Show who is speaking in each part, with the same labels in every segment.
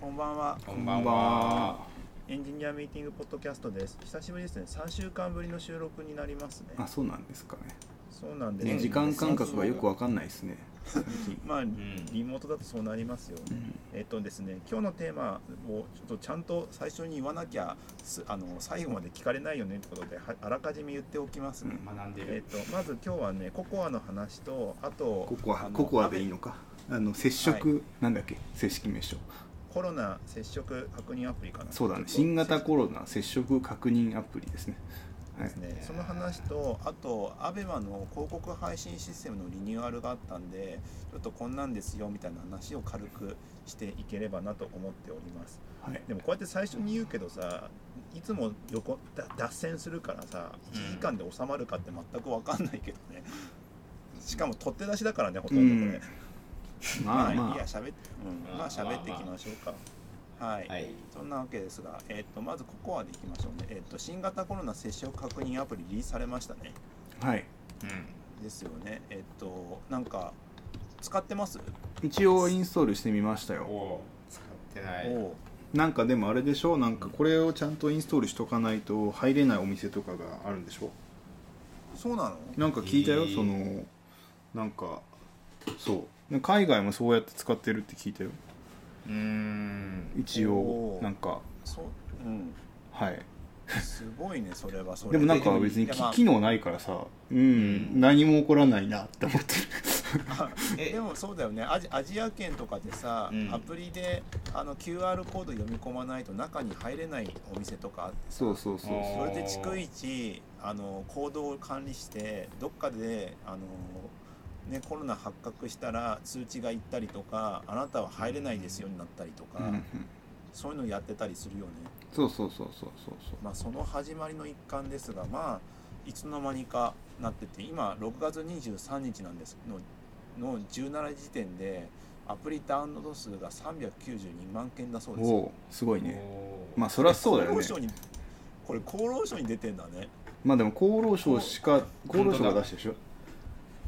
Speaker 1: こんばんは。
Speaker 2: こんばんは。
Speaker 1: エンジニアミーティングポッドキャストです。久しぶりですね。3週間ぶりの収録になりますね。
Speaker 3: あそうなんですかね
Speaker 1: そうなんです、
Speaker 2: ね
Speaker 3: ね時間感覚がよくわかんないですね最近
Speaker 1: まあ、
Speaker 2: ん
Speaker 1: リモートだとそうなりますよね。えっとですね、今日のテーマをちょっとちゃんと最初に言わなきゃすあの最後まで聞かれないよねってことではあらかじめ言っておきますね。
Speaker 2: 学んで
Speaker 1: えっとまず今日はねココアの話とあと
Speaker 3: ココ
Speaker 1: あ
Speaker 3: ア
Speaker 1: の
Speaker 3: ココアでいいのかあの接触、なんだっけ正式名称
Speaker 1: コロナ接触確認アプリかな
Speaker 3: そうだね
Speaker 1: ちょっと
Speaker 3: 新型コロナ接触確認アプリですねはい
Speaker 1: ですね、その話とあと ABEMA の広告配信システムのリニューアルがあったんでちょっとこんなんですよみたいな話を軽くしていければなと思っております
Speaker 3: はい
Speaker 1: でもこうやって最初に言うけどさいつも横だ脱線するからさ1時間で収まるかって全く分かんないけどねしかも取って出しだからねほとんどこれ、
Speaker 3: うん
Speaker 1: ま
Speaker 3: まあ
Speaker 1: あいい
Speaker 3: ま
Speaker 1: や
Speaker 3: あ
Speaker 1: 喋って、うん、まあ喋っていきましょうか、はい
Speaker 2: はい
Speaker 1: そんなわけですが、えっとまずココアでいきましょうね、えっと新型コロナ接触確認アプリリリースされましたね
Speaker 3: はい
Speaker 1: ですよねえっとなんか使ってます、
Speaker 3: 一応インストールしてみました
Speaker 2: うん
Speaker 3: よ
Speaker 2: お使ってない
Speaker 1: おう
Speaker 3: なんかでもあれでしょなんかこれをちゃんとインストールしとかないと入れないお店とかがあるんでしょ
Speaker 1: そうなの
Speaker 3: なんか聞いたよ、
Speaker 2: へー
Speaker 3: そのなんかそう海外もそうやって使ってるって聞いたよ
Speaker 2: うーん
Speaker 3: 一応
Speaker 1: おー
Speaker 3: なんか
Speaker 1: そううん
Speaker 3: はい
Speaker 1: すごいねそれはそれ
Speaker 3: でもなんか別に
Speaker 1: いやまあ
Speaker 3: 機能ないからさうん、
Speaker 2: ん
Speaker 3: 何も起こらないなって思って
Speaker 2: え
Speaker 1: でもそうだよねアジアジア圏とかでさ、
Speaker 2: うん
Speaker 1: アプリであの QR コード読み込まないと中に入れないお店とかあって
Speaker 3: そうそうそう
Speaker 2: あー
Speaker 1: それで逐一あの行動を管理してどっかであの、ね、コロナ発覚したら通知が行ったりとかあなたは入れないですよになったりとか、
Speaker 3: うんうん
Speaker 1: そういうのやってたりするよね、
Speaker 3: そうそうそうそうそう
Speaker 1: まあ、その始まりの一環ですがまあいつの間にかなってて今6月23日なんですのの17時点でアプリダウンロード数が392万件だそう
Speaker 3: そう
Speaker 1: です
Speaker 3: おおすごいね
Speaker 2: おー
Speaker 3: まあそりゃそうだよ
Speaker 1: 厚
Speaker 3: ね
Speaker 1: 労省にこれ厚労省に出てんだね
Speaker 3: まあでも厚労省しか厚労省が出したでしょ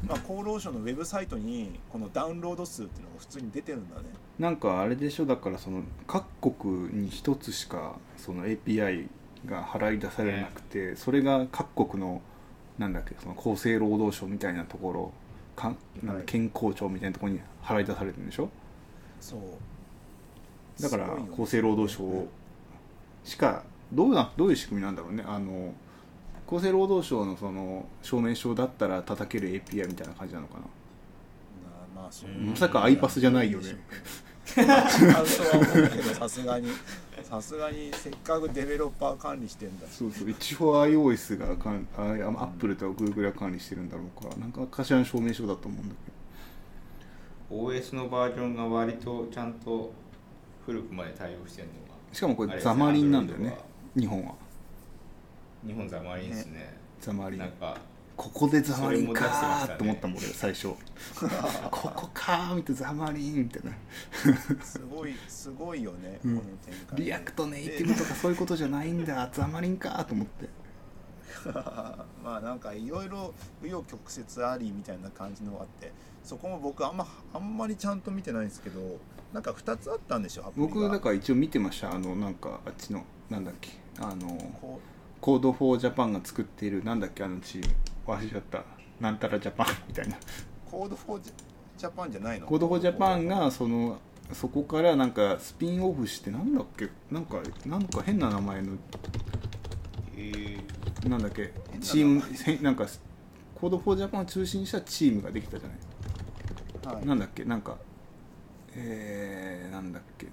Speaker 1: まあ、厚労省のウェブサイトにこのダウンロード数っていうのが普通に出てるんだね
Speaker 3: なんかあれでしょだからその各国に一つしかその API が払い出されなくて、それが各国のなんだっけその厚生労働省みたいなところかな
Speaker 1: は
Speaker 3: んだ
Speaker 1: い
Speaker 3: 健康庁みたいなところに払い出されてるんでしょ
Speaker 1: そう
Speaker 3: だから
Speaker 1: すごいよね
Speaker 3: 厚生労働省しかどうなどういう仕組みなんだろうねあの厚生労働省のその証明書だったら叩ける API みたいな感じなのかな、
Speaker 1: なまあそう
Speaker 2: うん
Speaker 3: まさか iPass じゃないよね
Speaker 1: アウトは思うけどさすがにさすがに せっかくデベロッパー管理してんだし
Speaker 3: そうそう一応 iOS がかんあアップルとか Google が管理してるんだろうからなんかかしらの証明書だと思うんだけ
Speaker 2: OS のバージョンが割とちゃんと古くまで対応してるの
Speaker 3: どしかもこ
Speaker 2: あ
Speaker 3: れ
Speaker 2: れ
Speaker 3: ザマリンなんだよね
Speaker 2: Android
Speaker 3: 日本は
Speaker 2: が日本ざまりんですね
Speaker 3: ザマリ
Speaker 2: なん
Speaker 3: ン
Speaker 2: か
Speaker 3: ここでザマリ
Speaker 2: それも
Speaker 3: ンか
Speaker 2: 出してました
Speaker 3: ー
Speaker 2: ね
Speaker 3: って思ったもん俺最初 ここかーみたいなザマリンみたいな
Speaker 1: すごいすごいよね、
Speaker 3: うん
Speaker 1: この展開
Speaker 3: リアクトネイティブとかそういうことじゃないん だザマリンかーと思って
Speaker 1: で まあなんかいろいろ紆余曲折ありみたいな感じのがあってそこも僕あんまあんまりちゃんと見てないんですけどなんか2つあったんでしょアプリが
Speaker 3: 僕だから一応見てましたあのなんかあっちのなんだっけあの
Speaker 1: こ
Speaker 3: コードフォージャパンが作っているなんだっけあのチーム忘れちゃったなんたらジャパンみたいな
Speaker 1: うコードフォージャパンじゃないの
Speaker 3: コードフォージャパンがそのそこからなんかスピンオフしてなんだっけなんかなんか変な名前の
Speaker 2: えー
Speaker 3: なんだっけ
Speaker 1: 変な名前
Speaker 3: チームへんなんかコードフォージャパンを中心にしたチームができたじゃない
Speaker 1: はい
Speaker 3: なんだっけなんかえー、なんだっけ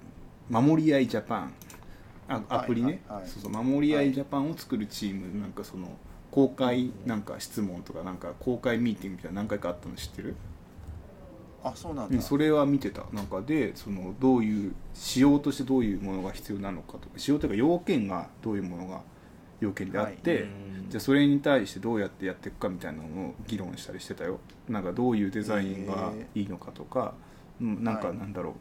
Speaker 3: 守り合いジャパンあアプリね、
Speaker 1: はいはいはい
Speaker 3: そうそう守り合いジャパンを作るチーム、なんかその公開なんか質問とかなんか公開ミーティングみたいな何回かあったの知ってる、
Speaker 1: あそうなん
Speaker 3: う
Speaker 1: だ、
Speaker 3: ん、それは見てたなんかでそのどういう仕様としてどういうものが必要なのかとか仕様というか要件がどういうものが要件であっ
Speaker 2: う
Speaker 3: て、
Speaker 2: ん
Speaker 3: じゃあそれに対してどうやってやっていくかみたいなのを議論したりしてたよなんかどういうデザインがいいのかとか、うん、なんか
Speaker 1: はい
Speaker 3: なんだろ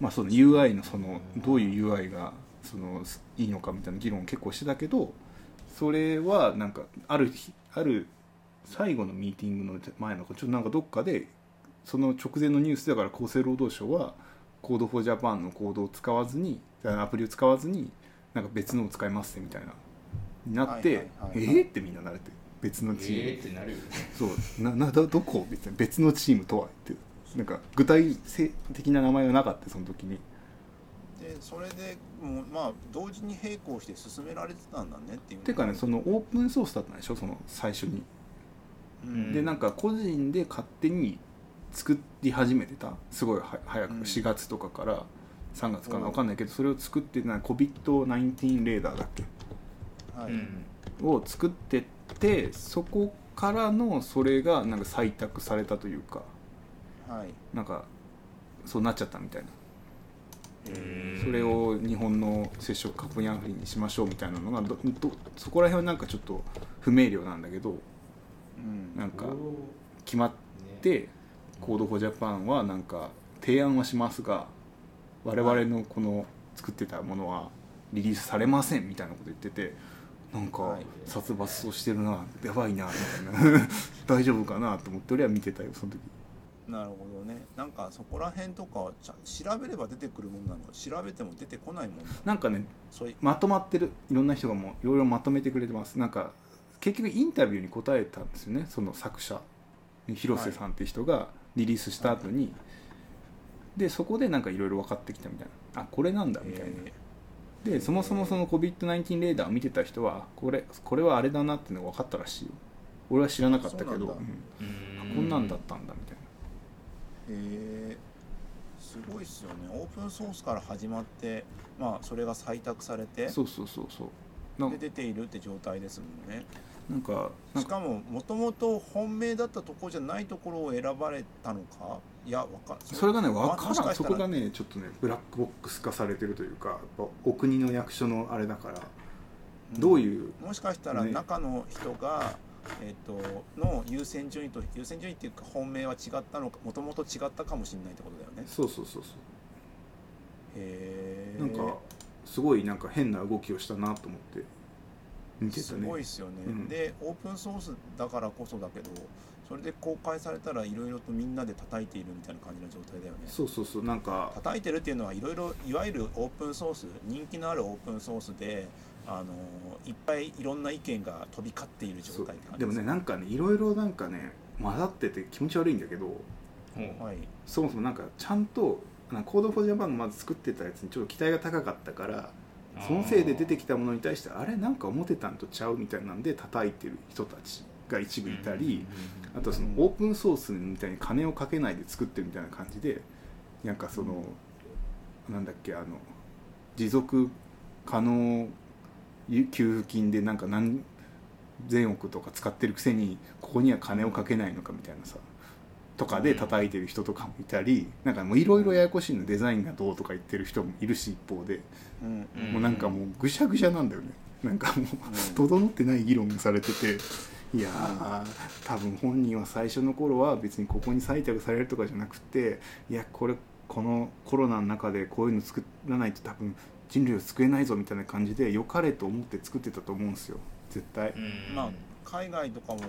Speaker 3: う、まあその UI のそのどういう UI がそのすいいのかみたいな議論を結構してたけどそれはなんかある日ある最後のミーティングの前のちょっとなんかどっかでその直前のニュースだから厚生労働省は Code for Japan のコードを使わずにアプリを使わずになんか別のを使いますってみたいなになって、
Speaker 1: はいはいはいはい
Speaker 3: えーってみんななれて別のチーム、
Speaker 2: えーってなるよね。
Speaker 3: そうななどどこ別に別のチームとはってなんか具体性的な名前はなかったその時に
Speaker 1: でそれでもうまあ同時に並行して進められてたんだねっていう
Speaker 3: ていうかねそのオープンソースだったんでしょその最初に、
Speaker 1: う
Speaker 3: で
Speaker 1: ん、
Speaker 3: なんか個人で勝手に作り始めてたすごいは早く
Speaker 1: うん
Speaker 3: 4月とかから3月か
Speaker 1: うん
Speaker 3: な分かんないけどそれを作ってな COVID-19 レーダーだっけ
Speaker 1: はい
Speaker 2: うん。
Speaker 3: を作ってってそこからのそれがなんか採択されたというか
Speaker 1: はい
Speaker 3: なんかそうなっちゃったみたいな
Speaker 2: うん
Speaker 3: それを日本の接触カプニャンフリーにしましょうみたいなのがどどそこら辺はなんかちょっと不明瞭なんだけど
Speaker 1: うん
Speaker 3: なんか
Speaker 2: おー
Speaker 3: 決まっ
Speaker 2: ね
Speaker 3: て「コードフォージャパンはなんか提案はしますが我々のこの作ってたものはリリースされませんみたいなこと言っててなんか
Speaker 1: はい
Speaker 3: 殺伐としてるなやばいなみたいな 大丈夫かなと思って俺は見てたよその時
Speaker 1: なるほどねなんかそこら辺とかはちゃ調べれば出てくるもんなの調べても出てこないもんなの
Speaker 3: なんかね
Speaker 1: そうい
Speaker 3: まとまってるいろんな人がもういろいろまとめてくれてますなんか結局インタビューに答えたんですよねその作者広瀬さんって人がリリースした後に、でそこでなんかいろいろ分かってきたみたいなあこれなんだみたいな、
Speaker 1: え
Speaker 3: でそもそもその COVID-19 レーダーを見てた人はこれこれはあれだなっていうのが分かったらしいよ俺は知らなかったけ
Speaker 1: そ
Speaker 3: ど
Speaker 1: うなんだ
Speaker 3: うん
Speaker 2: う
Speaker 3: あこんなんだったんだみたいな
Speaker 1: ーえーすごいっすよねオープンソースから始まってまあそれが採択されて
Speaker 3: そうそうそうそうな
Speaker 1: で出ているって状態ですもんね
Speaker 3: なんかなん
Speaker 1: しか
Speaker 3: か
Speaker 1: ももともと本命だったところじゃないところを選ばれたのかいやわか
Speaker 3: それがね
Speaker 1: わ
Speaker 3: 分か
Speaker 1: もし
Speaker 3: ら
Speaker 1: か
Speaker 3: ん
Speaker 1: した
Speaker 3: そ
Speaker 1: ら
Speaker 3: こがねちょっとねブラックボックス化されてるというかやっぱお国の役所のあれだから、
Speaker 1: うん
Speaker 3: どういう
Speaker 1: もしかしたら
Speaker 3: ね
Speaker 1: 中の人が、えっとの優先順位と優先順位っていうか本命は違ったのかもともと違ったかもしれないってことだよね
Speaker 3: そうそうそうそ
Speaker 1: へ
Speaker 3: う
Speaker 1: え
Speaker 3: なんかすごいなんか変な動きをしたなと思って見てた
Speaker 1: す
Speaker 3: ね
Speaker 1: ごいですよね、
Speaker 3: うん
Speaker 1: でオープンソースだからこそだけどそれで公開されたらいろいろとみんなで叩いているみたいな感じの状態だよね
Speaker 3: そうそうそうなんか
Speaker 1: 叩いてるっていうのはいろいろいわゆるオープンソース人気のあるオープンソースであのいっぱいいろんな意見が飛び交っている
Speaker 3: そ
Speaker 1: 状
Speaker 3: う
Speaker 1: 態って感じ
Speaker 3: でもねなんかねいろいろなんかね混ざってて気持ち悪いんだけど
Speaker 2: うん
Speaker 1: はい
Speaker 3: そもそもなんかちゃんとなんかコードフォージャパンがまず作ってたやつにちょっと期待が高かったからそのせいで出てきたものに対してあれなんか思ってたんとちゃうみたいなんで叩いてる人たちが一部いたり、あとそのオープンソースみたいに金をかけないで作ってるみたいな感じでなんかその、なんだっけあの持続可能給付金でなんか何全億とか使ってるくせにここには金をかけないのかみたいなさとかで叩いてる人とかもいたりなんかもういろいろややこしいのデザインがどうとか言ってる人もいるし一方で
Speaker 1: うん
Speaker 2: うん
Speaker 3: もうなんかもうぐしゃぐしゃなんだよねなんかもう整ってない議論がされてていやー多分本人は最初の頃は別にここに採択されるとかじゃなくていやこれこのコロナの中でこういうの作らないと多分人類を救えないぞみたいな感じで良かれと思って作ってたと思うんですよ絶対。
Speaker 1: まあ海外とかも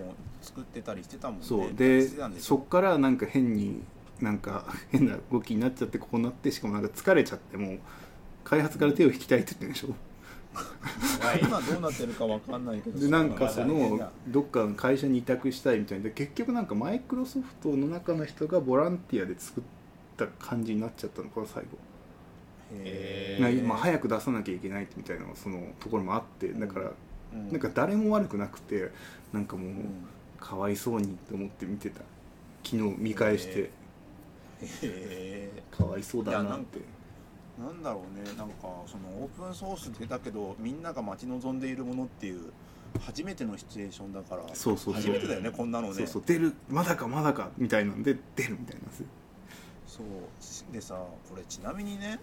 Speaker 1: 作ってたりしてたもんね
Speaker 3: そうで
Speaker 1: してたんでし
Speaker 3: そ
Speaker 1: ょ
Speaker 3: っからなんか変になんか変な動きになっちゃってこうなってしかもなんか疲れちゃってもう開発から手を引きたいって言ってるでしょ
Speaker 1: 今どうなってるかわかんないけど
Speaker 3: でなんかそ
Speaker 1: 大変
Speaker 3: の
Speaker 1: だ
Speaker 3: どっかの会社に委託したいみたいで結局なんかマイクロソフトの中の人がボランティアで作った感じになっちゃったのかな最後、
Speaker 1: へ
Speaker 2: えー
Speaker 3: な今早く出さなきゃいけないみたいなそのところもあってだから
Speaker 1: うん
Speaker 3: なんか誰も悪くなくてなんかも
Speaker 1: う
Speaker 3: うんかわいそうにと思って見てた昨日見返して
Speaker 1: えへー
Speaker 3: かわいそうだ
Speaker 1: いや
Speaker 3: な
Speaker 1: な
Speaker 3: っ
Speaker 1: ん
Speaker 3: て
Speaker 1: なんだろうねなんかそのオープンソース出たけどみんなが待ち望んでいるものっていう初めてのシチュエーションだから
Speaker 3: そうそうそう
Speaker 1: 初めてだよねこんなのね
Speaker 3: そうそう出るまだかまだかみたいなんで出るみたいなんですよ
Speaker 1: そうしでさこれちなみにね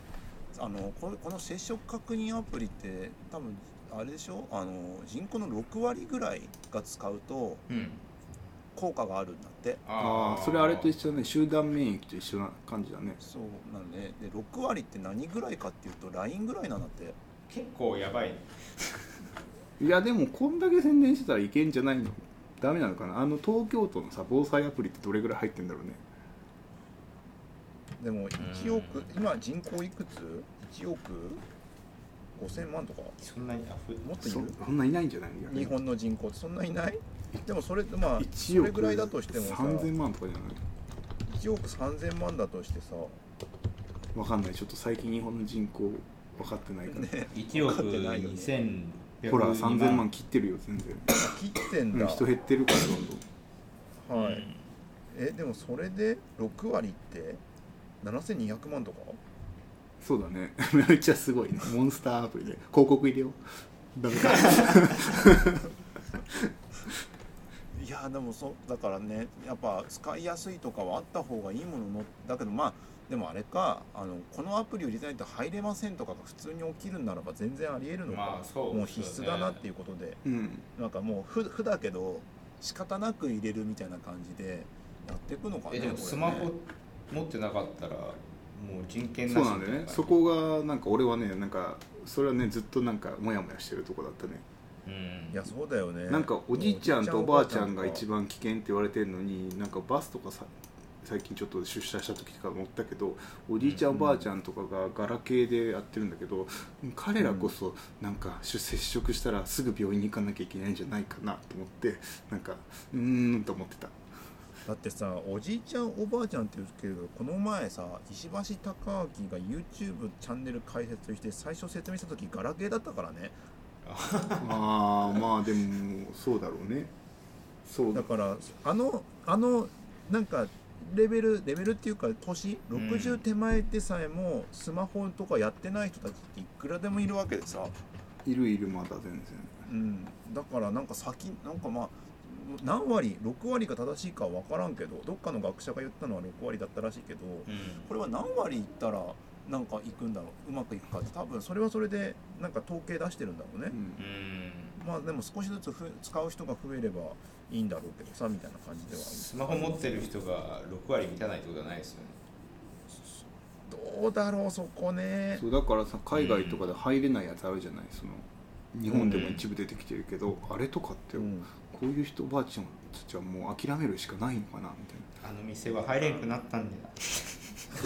Speaker 1: あのこれこの接触確認アプリって多分あれでしょあの人口の6割ぐらいが使うと
Speaker 2: うん
Speaker 1: 効果があるんだって
Speaker 3: ああそれあれと一緒だね集団免疫と一緒な感じだね
Speaker 1: そうなんでで6割って何ぐらいかっていうと LINE ぐらいなんだって
Speaker 2: 結構やばいね
Speaker 3: いやでもこんだけ宣伝してたらいけんじゃないのダメなのかなあの東京都のさ防災アプリってどれぐらい入ってんだろうね
Speaker 1: でも1億、今人口いくつ ?1 億5000万とか
Speaker 2: そんなにあふ
Speaker 1: もっとい
Speaker 3: そ
Speaker 1: る
Speaker 3: そんないないんじゃない逆に
Speaker 1: 日本の人口ってそんないないでもそれってまあ
Speaker 3: 1
Speaker 1: そ
Speaker 3: 億
Speaker 1: れぐらいだとしてもさ
Speaker 3: 3000万とかじゃない
Speaker 1: 1億3000万だとしてさ
Speaker 3: わかんないちょっと最近日本の人口分かってないから、
Speaker 2: 1億
Speaker 1: 分かってないよね
Speaker 2: 2600
Speaker 3: ほら3000万切ってるよ全然
Speaker 1: あ切ってん
Speaker 3: う
Speaker 1: だ、
Speaker 3: ん人減ってるからどんどん
Speaker 1: は
Speaker 2: う
Speaker 1: い
Speaker 2: ん
Speaker 1: えでもそれで6割って7200万とか
Speaker 3: そうだね めっちゃすごいねモンスターアプリで広告入れようダメか
Speaker 1: いやでもそだからねやっぱ使いやすいとかはあった方がいいもののだけどまあでもあれかあのこのアプリを入れないと入れませんとかが普通に起きるならば全然ありえるのか、
Speaker 2: まあそう
Speaker 1: もう
Speaker 2: ですよね
Speaker 1: 必須だなっていうことで
Speaker 3: うん
Speaker 1: なんかもうふふだけど仕方なく入れるみたいな感じでやっていくのかね
Speaker 2: えでも
Speaker 1: これね
Speaker 2: スマホ持ってなかったらもう人権なし
Speaker 3: そうなんだよね
Speaker 2: みたい
Speaker 3: そこがなんか俺はねなんかそれはねずっとなんかモヤモヤしてるとこだったね
Speaker 2: うん
Speaker 1: いやそうだよね
Speaker 3: なんかおじいちゃんとおばあちゃんが一
Speaker 1: 番
Speaker 3: 番危険って言われてるのになんかバスとかさ最近ちょっと出社した時とか乗ったけどおじいちゃんおばあちゃんとかがガラケーでやってるんだけど彼らこそなんか接触したらすぐ病院に行かなきゃいけないんじゃないかなと思ってなんかうーんと思ってた
Speaker 1: だってさおじいちゃんおばあちゃんって言うけどこの前さ石橋貴明が YouTube チャンネル開設して最初説明した時ガラケーだったからね
Speaker 3: ああまあでもそうだろうねそう
Speaker 1: だ
Speaker 3: だ
Speaker 1: からあのあのなんかレベルレベルっていうか年
Speaker 2: うん
Speaker 1: 60手前でさえもスマホとかやってない人たちっていくらでもいるわけでさ、
Speaker 3: いるいるまだ全然
Speaker 1: うん、だからなんか先なんかまあ何割6割が正しいかは分からんけどどっかの学者が言ったのは6割だったらしいけど、
Speaker 2: うん
Speaker 1: これは何割いったらなんかいくんだろううまくいくかって多分それはそれでなんか統計出してるんだろうね
Speaker 3: う、ん
Speaker 2: うん
Speaker 1: まあでも少しずつふ使う人が増えればいいんだろうけどさみたいな感じでは
Speaker 2: スマホ持ってる人が6割満たないってことはないですよね
Speaker 1: どうだろうそこね
Speaker 3: そうだからさ海外とかで入れないやつあるじゃないその日本でも一部出てきてるけど、あれとかって、
Speaker 1: うん
Speaker 3: こういう人おばあちゃんたちはもう諦めるしかないのかなみたい
Speaker 2: あの店は入れんくなったんだよ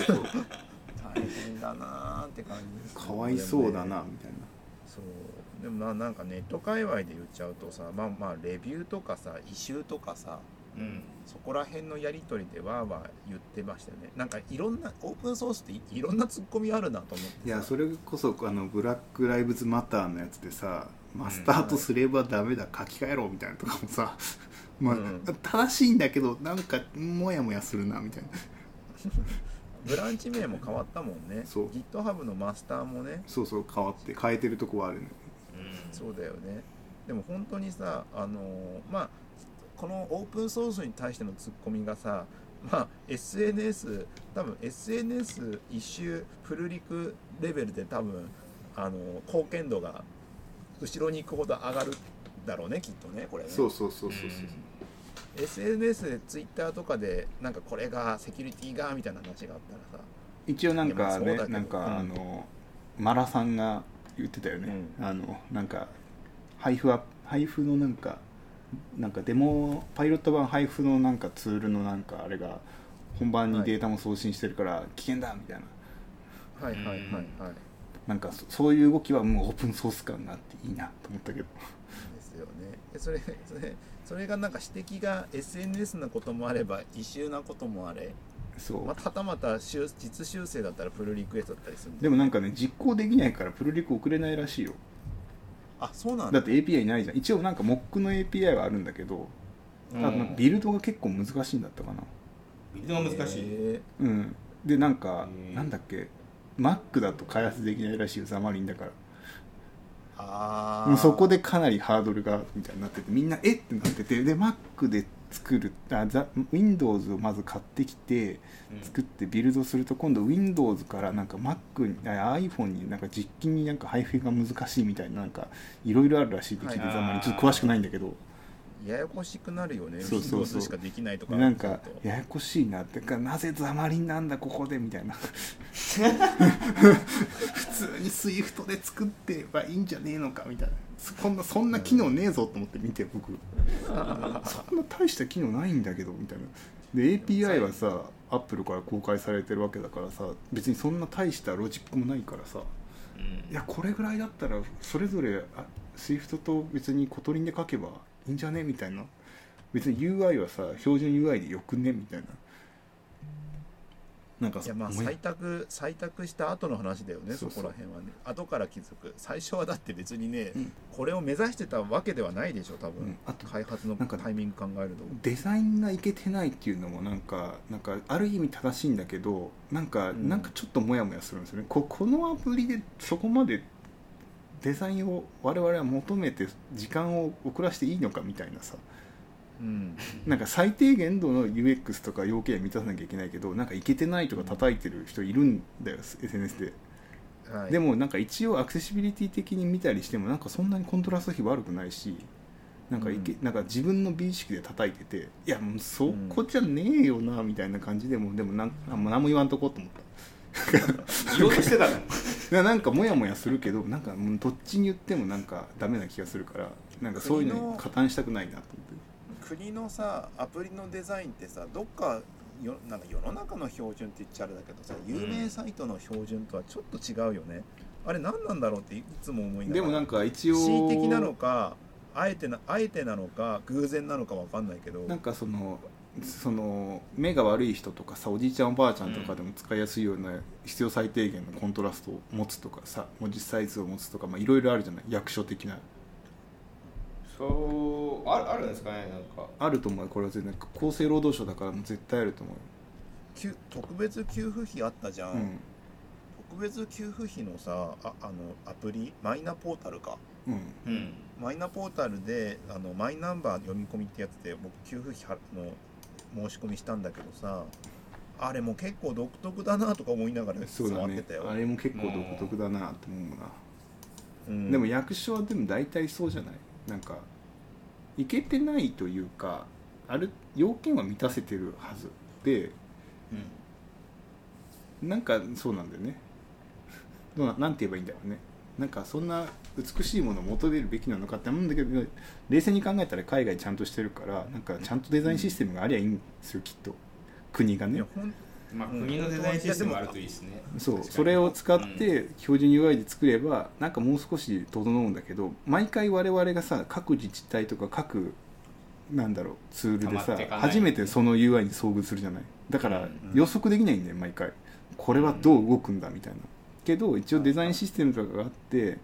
Speaker 1: 大変だなーって感じです
Speaker 3: な
Speaker 1: ね
Speaker 3: かわいそう
Speaker 1: でも
Speaker 3: だ
Speaker 1: ね
Speaker 3: なみたいな
Speaker 1: そうでもななんかネット界隈で言っちゃうとさまあまあレビューとかさ異臭とかさ
Speaker 2: うん
Speaker 1: そこら辺のやり取りでわーわー言ってましたよねなんかいろんなオープンソースっていいろんなツッコミあるなと思ってさ
Speaker 3: いやそれこそあのブラック・ライブズ・マターのやつでさマスターとすればダメだ書き換えろみたいなとかもさ、まあ
Speaker 1: うん
Speaker 3: 正しいんだけどなんかモヤモヤするなみたいな
Speaker 1: ブランチ名も変わったもんね
Speaker 3: そう
Speaker 1: GitHub のマスターもね
Speaker 3: そうそう変わって変えてるとこはあるね
Speaker 2: うん
Speaker 1: そうだよねでも本当にさあのーまあこのオープンソースに対してのツッコミがさまあ SNS 多分 SNS 一周フルリクレベルで多分あのー貢献度が後ろに行くほど上がるだろうねきっとねこれね
Speaker 3: そうそうそうそうそう、
Speaker 1: SNS で Twitter とかでなんかこれがセキュリティがみたいな話があったらさ
Speaker 3: 一応なん
Speaker 1: いやまあ
Speaker 3: か
Speaker 1: そうだ
Speaker 3: ね
Speaker 1: けど
Speaker 3: なん
Speaker 1: うん
Speaker 3: かあの、マラさんが言ってたよね、
Speaker 1: う
Speaker 3: あのなんか配布は配布のなんかなんかデモパイロット版配布のなんかツールのなんかあれが本番にデータも送信してるから危険だみたいな、
Speaker 1: はいはいはいはい
Speaker 3: なんかそそういう動きはもうオープンソース感があっていいなと思ったけど
Speaker 1: ですよね。でそれ それそれがなんか指摘が SNS なこともあれば異臭なこともあれ、
Speaker 3: そう、
Speaker 1: まあ、はたまた修実修正だったらプルリクエストだったりするん
Speaker 3: で
Speaker 1: で
Speaker 3: もなんかね実行できないからプルリク送れないらしいよ
Speaker 1: あそうなんだ
Speaker 3: だって API ないじゃん一応なんか Mock の API はあるんだけど多分ビルドが結構難しいんだったかな
Speaker 2: ビルドが難しい、
Speaker 1: へ
Speaker 3: うん、でなんか、
Speaker 2: うん
Speaker 3: なんだっけ Mac だと開発できないらしいよザマリンだか
Speaker 1: ーあ
Speaker 3: ら
Speaker 1: ー
Speaker 3: もうそこでかなりハードルがみたいになっててみんなえってなっててで Mac で作るあザ Windows をまず買ってきて
Speaker 2: うん
Speaker 3: 作ってビルドすると今度 Windows からなんか Mac にあ iPhone になんか実機になんか配布が難しいみたいななんかいろいろあるらしいって聞いて、
Speaker 1: はい
Speaker 3: ザマリンちょっと詳しくないんだけど
Speaker 1: ややこしくなるよね
Speaker 3: そうそうそ
Speaker 1: Windows
Speaker 3: う
Speaker 1: しかできないとか
Speaker 3: でなんか
Speaker 1: ちょっと
Speaker 3: ややこしいなってかなぜザマリンなんだここでみたいな普通に SWIFT で作ってればいいんじゃねえのかみたいなそこんなそんな機能ねえぞと思って見て僕そんな大した機能ないんだけどみたいなで API はさアップルから公開されてるわけだからさ別にそんな大したロジックもないからさ
Speaker 2: うん
Speaker 3: いやこれぐらいだったらそれぞれあ SWIFT と別に小鳥で書けばいいんじゃねみたいな別に UI はさ標準 UI でよくねみたいななんか
Speaker 1: いやまあ
Speaker 3: もや
Speaker 1: 採択採択した後の話だよね
Speaker 3: そ
Speaker 1: そう
Speaker 3: そう
Speaker 1: こら辺はね後から気づく最初はだって別にね、
Speaker 3: うん
Speaker 1: これを目指してたわけではないでしょ多分、
Speaker 3: うんあと
Speaker 1: 開発の
Speaker 3: なんか
Speaker 1: タイミング考えると
Speaker 3: デザインがいけてないっていうのもなんかなんかある意味正しいんだけどなんか、
Speaker 1: うん
Speaker 3: なんかちょっとモヤモヤするんですよねここのアプリでそこまでデザインを我々は求めて時間を遅らせていいのかみたいなさ
Speaker 1: うん
Speaker 3: なんか最低限度の UX とか要件は満たさなきゃいけないけどなんかいけてないとか叩いてる人いるんだよ SNS で、
Speaker 1: はい、
Speaker 3: でもなんか一応アクセシビリティ的に見たりしてもなんかそんなにコントラスト比悪くないしなんかいけ、
Speaker 1: う
Speaker 3: なんか自分の美意識で叩いてていやもうそこじゃねえよなみたいな感じでもうでもなんあんま何も言わんとこうと思った
Speaker 2: 言おうとしてたの
Speaker 3: ななんかモヤモヤするけどなんかもうどっちに言ってもなんかダメな気がするからなんかそういうのに加担したくないなと思って。
Speaker 1: 国のさアプリのデザインってさどっかよなんか世の中の標準って言っちゃあれだけどさ有名サイトの標準とはちょっと違うよね、あれ何なんだろうっていつも思いながら
Speaker 3: でもなんか一応
Speaker 1: 恣意的なのかあえてなあえてなのか偶然なのかわかんないけど
Speaker 3: なんかそのその目が悪い人とかさおじいちゃんおばあちゃんとかでも使いやすいような必要最低限のコントラストを持つとかさ文字サイズを持つとかまあいろいろあるじゃない役所的な
Speaker 2: そうあるあるんですかねなんか
Speaker 3: あると思うよこれは全然厚生労働省だからもう絶対あると思うよ
Speaker 1: きゅ特別給付費あったじゃん、特別給付費のさああのアプリマイナポータルか
Speaker 3: うん
Speaker 2: うん
Speaker 1: マイナポータルであのマイナンバー読み込みってやつで僕給付費はの申し込みしたんだけどさあれも結構独特だなとか思いなが
Speaker 3: う
Speaker 1: ら
Speaker 3: んそうだ
Speaker 1: 触って
Speaker 3: ね
Speaker 1: たよ、
Speaker 3: あれも結構独特だなと思うな、
Speaker 1: うん
Speaker 3: でも役所はでも大体そうじゃないなんかいけてないというかある要件は満たせてるはずでなんかそうなんだよねどうななんて言えばいいんだろうねなんかそんな美しいものを求めるべきなのかって思うんだけど冷静に考えたら海外ちゃんとしてるからなんかちゃんとデザインシステムがありゃいいんですよきっと国が
Speaker 1: い
Speaker 3: ね
Speaker 1: やほん
Speaker 2: まあ
Speaker 1: うん
Speaker 2: 国のデザインシステムがあるといいですね
Speaker 3: そう
Speaker 2: 確かに
Speaker 3: それを使っ
Speaker 2: うん
Speaker 3: て標準 UI で作ればなんかもう少し整うんだけど毎回我々がさ各自治体とか各なんだろうツールで
Speaker 2: 溜ま
Speaker 3: さ
Speaker 2: っていかない
Speaker 3: 初めてその UI に遭遇するじゃないだから
Speaker 2: うん
Speaker 3: 予測できないんだよ毎回これはどう動くんだみたいなけど一応デザインシステムとかがあって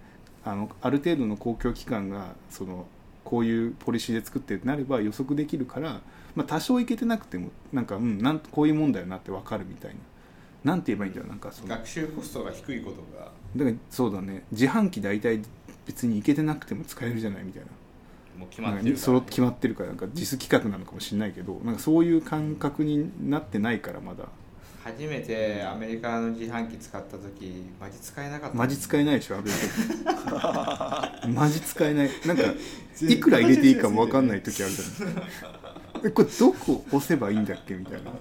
Speaker 3: あのある程度の公共機関がそのこういうポリシーで作ってってなれば予測できるから、まあ、多少いけてなくてもなんかうんなんこういうもんだよなって分かるみたいな。なんて言えばいいんだよなんかその
Speaker 2: 学習コストが低いことが
Speaker 3: だからそうだね自販機大体別に行けてなくても使えるじゃないみたいな
Speaker 2: もう決
Speaker 3: な
Speaker 2: まっ
Speaker 3: んか
Speaker 2: てる
Speaker 3: に
Speaker 2: か
Speaker 3: そ
Speaker 2: ら
Speaker 3: ろ決まってるからなんか実企画なのかもしれないけどなんかそういう感覚になってないからまだ
Speaker 2: 初めてアメリカの自販機使った時マジ使えなかった
Speaker 3: マジ使えないでしょアベ レマジ使えないなんか
Speaker 2: 全然
Speaker 3: いくら入れていいかも分かんない時あるじゃ ないえこれどこ押せばいいんだっけみたいな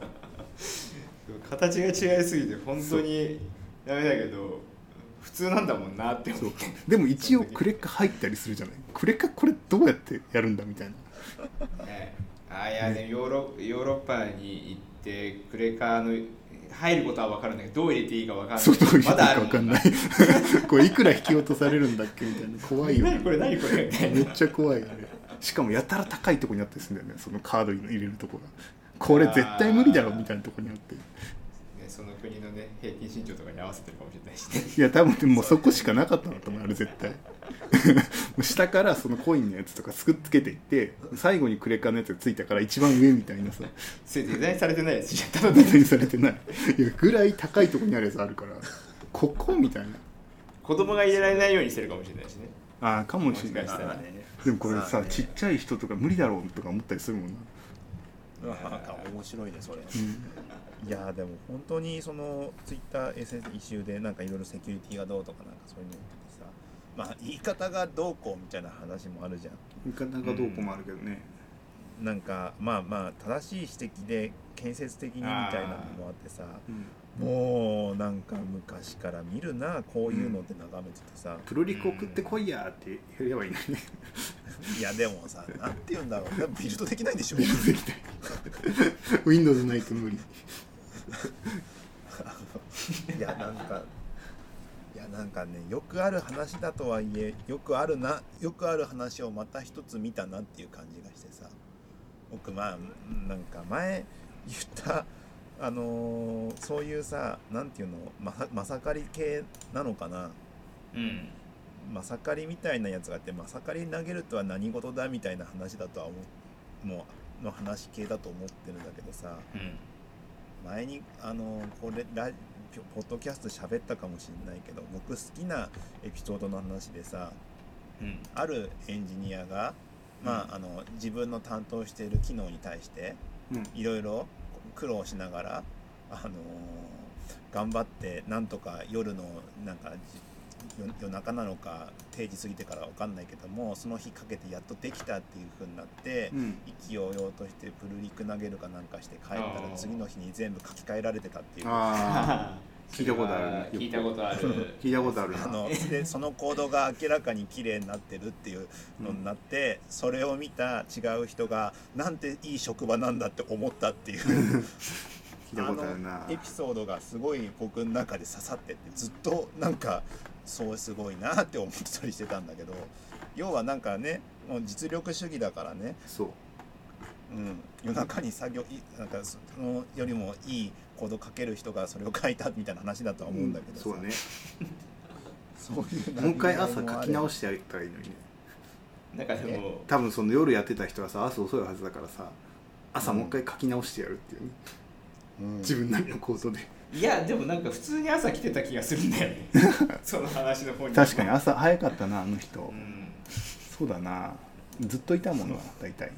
Speaker 2: 形が違いすぎて本当にダメだけど普通なんだもんなって思 って
Speaker 3: でも一応クレカ入ったりするじゃないクレカこれどうやってやるんだみたいな
Speaker 2: はいあいやねヨーロヨーロッパに行ってクレカの入ることは分かるんだけどどう入れていいか分かんない
Speaker 3: そうどういう
Speaker 2: ま
Speaker 3: の
Speaker 2: だあ
Speaker 3: か
Speaker 2: る
Speaker 3: 分かんない
Speaker 2: も
Speaker 3: これいくら引き落とされるんだっけみたいな怖いよ
Speaker 2: 何これ何これみたい
Speaker 3: め
Speaker 2: な
Speaker 3: っちゃ怖いよねしかもやたら高いとこにあったりするんだよねそのカードに入れるとこがこれ絶対無理だろみたいなとこにあって
Speaker 2: ねその国のね平均身長とかに合わせてるかもしれないし、 ね、
Speaker 3: いや多分でももうそこしかなかったんだと思うあれ絶対 もう下からそのコインのやつとかすくっつけていって最後にクレカのやつがついたから一番上みたいなさ
Speaker 2: それデザインされてないやつじゃんただ
Speaker 3: 全然されてないいやぐらい高いとこにあるやつあるからここみたいな
Speaker 2: 子供が入れられないようにしてるかもしれないしね
Speaker 3: ああかもしれない
Speaker 2: もしかしたらね
Speaker 3: でもこれさ
Speaker 1: ね
Speaker 3: ちっちゃい人とか無理だろうとか思ったりするもんな
Speaker 1: なんか面白いねそれ、いやーでも本当にそのツイッター SNS 一周でなんかいろいろセキュリティがどうとかなんかそういうの言っててさまあ言い方がどうこうみたいな話もあるじゃん
Speaker 3: 言い方がどうこうもあるけどね、
Speaker 1: なんかまあまあ正しい指摘で建設的にみたいなのもあってさもうなんか昔から見るなこういうのって眺めててさ、
Speaker 3: プロリク送ってこいやーってやればいいのにね
Speaker 1: いやでもさなんて言うんだろうでもビルドできないんでしょ
Speaker 3: ビルドできない
Speaker 4: Windows ないと無理
Speaker 1: いやなんかいやなんかねよくある話だとはいえよくあるなよくある話をまた一つ見たなっていう感じがしてさ僕まあなんか前言ったあのーそういうさなんていうのまさまさかり系なのかな
Speaker 2: うん
Speaker 1: まさかりみたいなやつがあってまさかり投げるとは何事だみたいな話だとは思うもうの話系だと思ってるんだけどさ
Speaker 2: うん
Speaker 1: 前にあのこれラポポッドキャストで喋ったかもしれないけど僕好きなエピソードの話でさ
Speaker 2: うん
Speaker 1: あるエンジニアが、まあ、あの自分の担当している機能に対して
Speaker 3: うん
Speaker 1: いろいろ苦労しながら、あのー頑張ってなんとか夜のなんかじ夜夜中なのか定時過ぎてからわかんないけどもその日かけてやっとできたっていう風になって。
Speaker 3: うん
Speaker 1: 意気揚々としてプルリク投げるかなんかして帰ったら
Speaker 2: あー
Speaker 1: 次の日に全部書き換えられてたっていうあ
Speaker 3: ああ聞いた ことあるね
Speaker 2: 聞いたことある
Speaker 3: 聞いたことあるな
Speaker 1: のでそのコードが明らかに綺麗になってるっていうのになって、それを見た違う人がなんていい職場なんだって思ったっていう
Speaker 3: 聞いたことあるな
Speaker 1: あのエピソードがすごい僕の中で刺さっててずっとなんかそうすごいなって思ってたりしてたんだけど要はなんかねもう実力主義だからね
Speaker 3: そう
Speaker 1: うん、夜中に作業いなんかそのよりもいいコード書ける人がそれを書いたみたいな話だとは思うんだけどさ、
Speaker 3: そうね
Speaker 1: そういう
Speaker 3: もう一回朝書き直
Speaker 1: し
Speaker 3: してあげたらいいのにね
Speaker 2: なんかでも
Speaker 3: 多分その夜やってた人はさ朝遅いはずだからさ朝もう一回書き直してやるっていうね、自分なりのコードで
Speaker 2: いやでもなんか普通に朝来てた気がするんだよねその話の方に
Speaker 3: 確かに朝早かったなあの人、
Speaker 2: うん
Speaker 3: そうだなずっといたもんな大体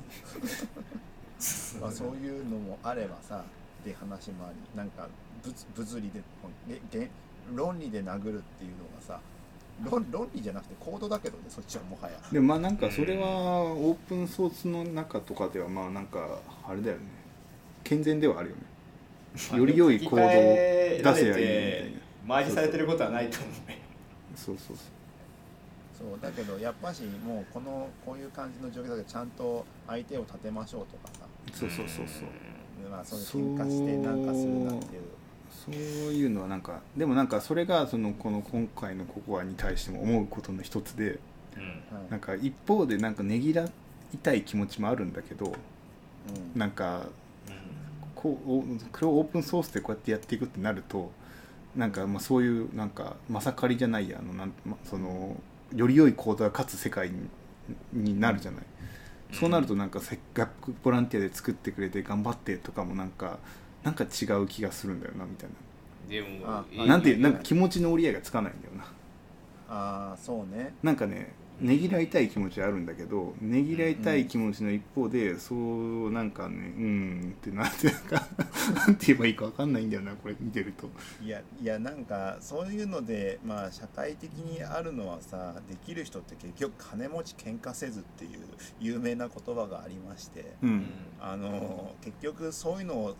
Speaker 1: まあ、そういうのもあればさっていう話もありなんか物物理でこうげげ論理で殴るっていうのがさ論論理じゃなくてコードだけどねそっちはもはや
Speaker 3: でもまあなんかそれはオープンソースの中とかではまあなんかあれだよね健全ではあるよねより良い行動を出せばいいみたいな
Speaker 2: マージされてることはないと思うね
Speaker 3: そうそうそう
Speaker 1: そうだけどやっぱしもうこのこういう感じの状況だけどちゃんと相手を立てましょうとかさ、
Speaker 3: そうそうそうそう
Speaker 1: まあ、そういう喧嘩してなんかするなっていう
Speaker 3: そういうのはなんかでもなんかそれがそのこの今回のココアに対しても思うことの一つで
Speaker 2: うん
Speaker 1: はい
Speaker 3: なんか一方でなんかねぎらいたい気持ちもあるんだけど
Speaker 1: うん
Speaker 3: なんかこうおこれをオープンソースでこうやってやっていくってなるとなんかまあそういうなんかまさかりじゃないやあのなん、ま、そのより良い行動が勝つ世界にになるじゃない、そうなるとなんかせっかくボランティアで作ってくれて頑張ってとかもなんかなんか違う気がするんだよなみたい
Speaker 2: でも
Speaker 1: あ
Speaker 2: え
Speaker 3: な、
Speaker 1: あ
Speaker 3: なんていうなんか気持ちの折り合いがつかないんだよな
Speaker 1: ああそうね
Speaker 3: なんかねねぎらいたい気持ちはあるんだけどねぎらいたい気持ちの一方で、そうなんかねうんってなってなんかなんて言えばいいかわかんないんだよなこれ見てると
Speaker 1: いやいやなんかそういうのでまあ社会的にあるのはさできる人って結局金持ち喧嘩せずっていう有名な言葉がありまして
Speaker 2: う
Speaker 3: う
Speaker 2: んん
Speaker 1: あの結局そういうのを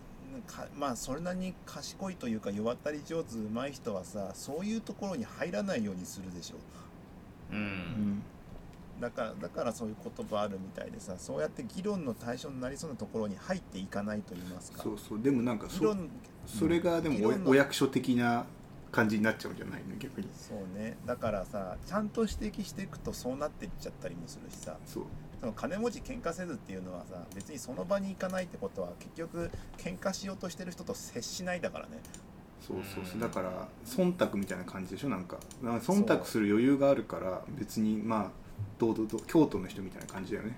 Speaker 1: かまあそれなりに賢いというか弱ったり上手うまい人はさそういうところに入らないようにするでしょ
Speaker 2: う
Speaker 3: うんん
Speaker 1: だからだからそういう言葉あるみたいでさそうやって議論の対象になりそうなところに入っていかないと言いますか
Speaker 3: そうそうでもなんか
Speaker 1: 議
Speaker 3: そ
Speaker 1: 論
Speaker 3: それがでもお
Speaker 1: 議論の
Speaker 3: お役所的な感じになっちゃうんじゃないの逆に
Speaker 1: そうねだからさちゃんと指摘していくとそうなっていっちゃったりもするしさ
Speaker 3: そう
Speaker 1: その金持ち喧嘩せずっていうのはさ別にその場に行かないってことは結局喧嘩しようとしてる人と接しないだからね
Speaker 3: そうそうそうだから忖度みたいな感じでしょなんかなんか忖度する余裕があるから別にまあ堂々と京都の人みたいな感じだよね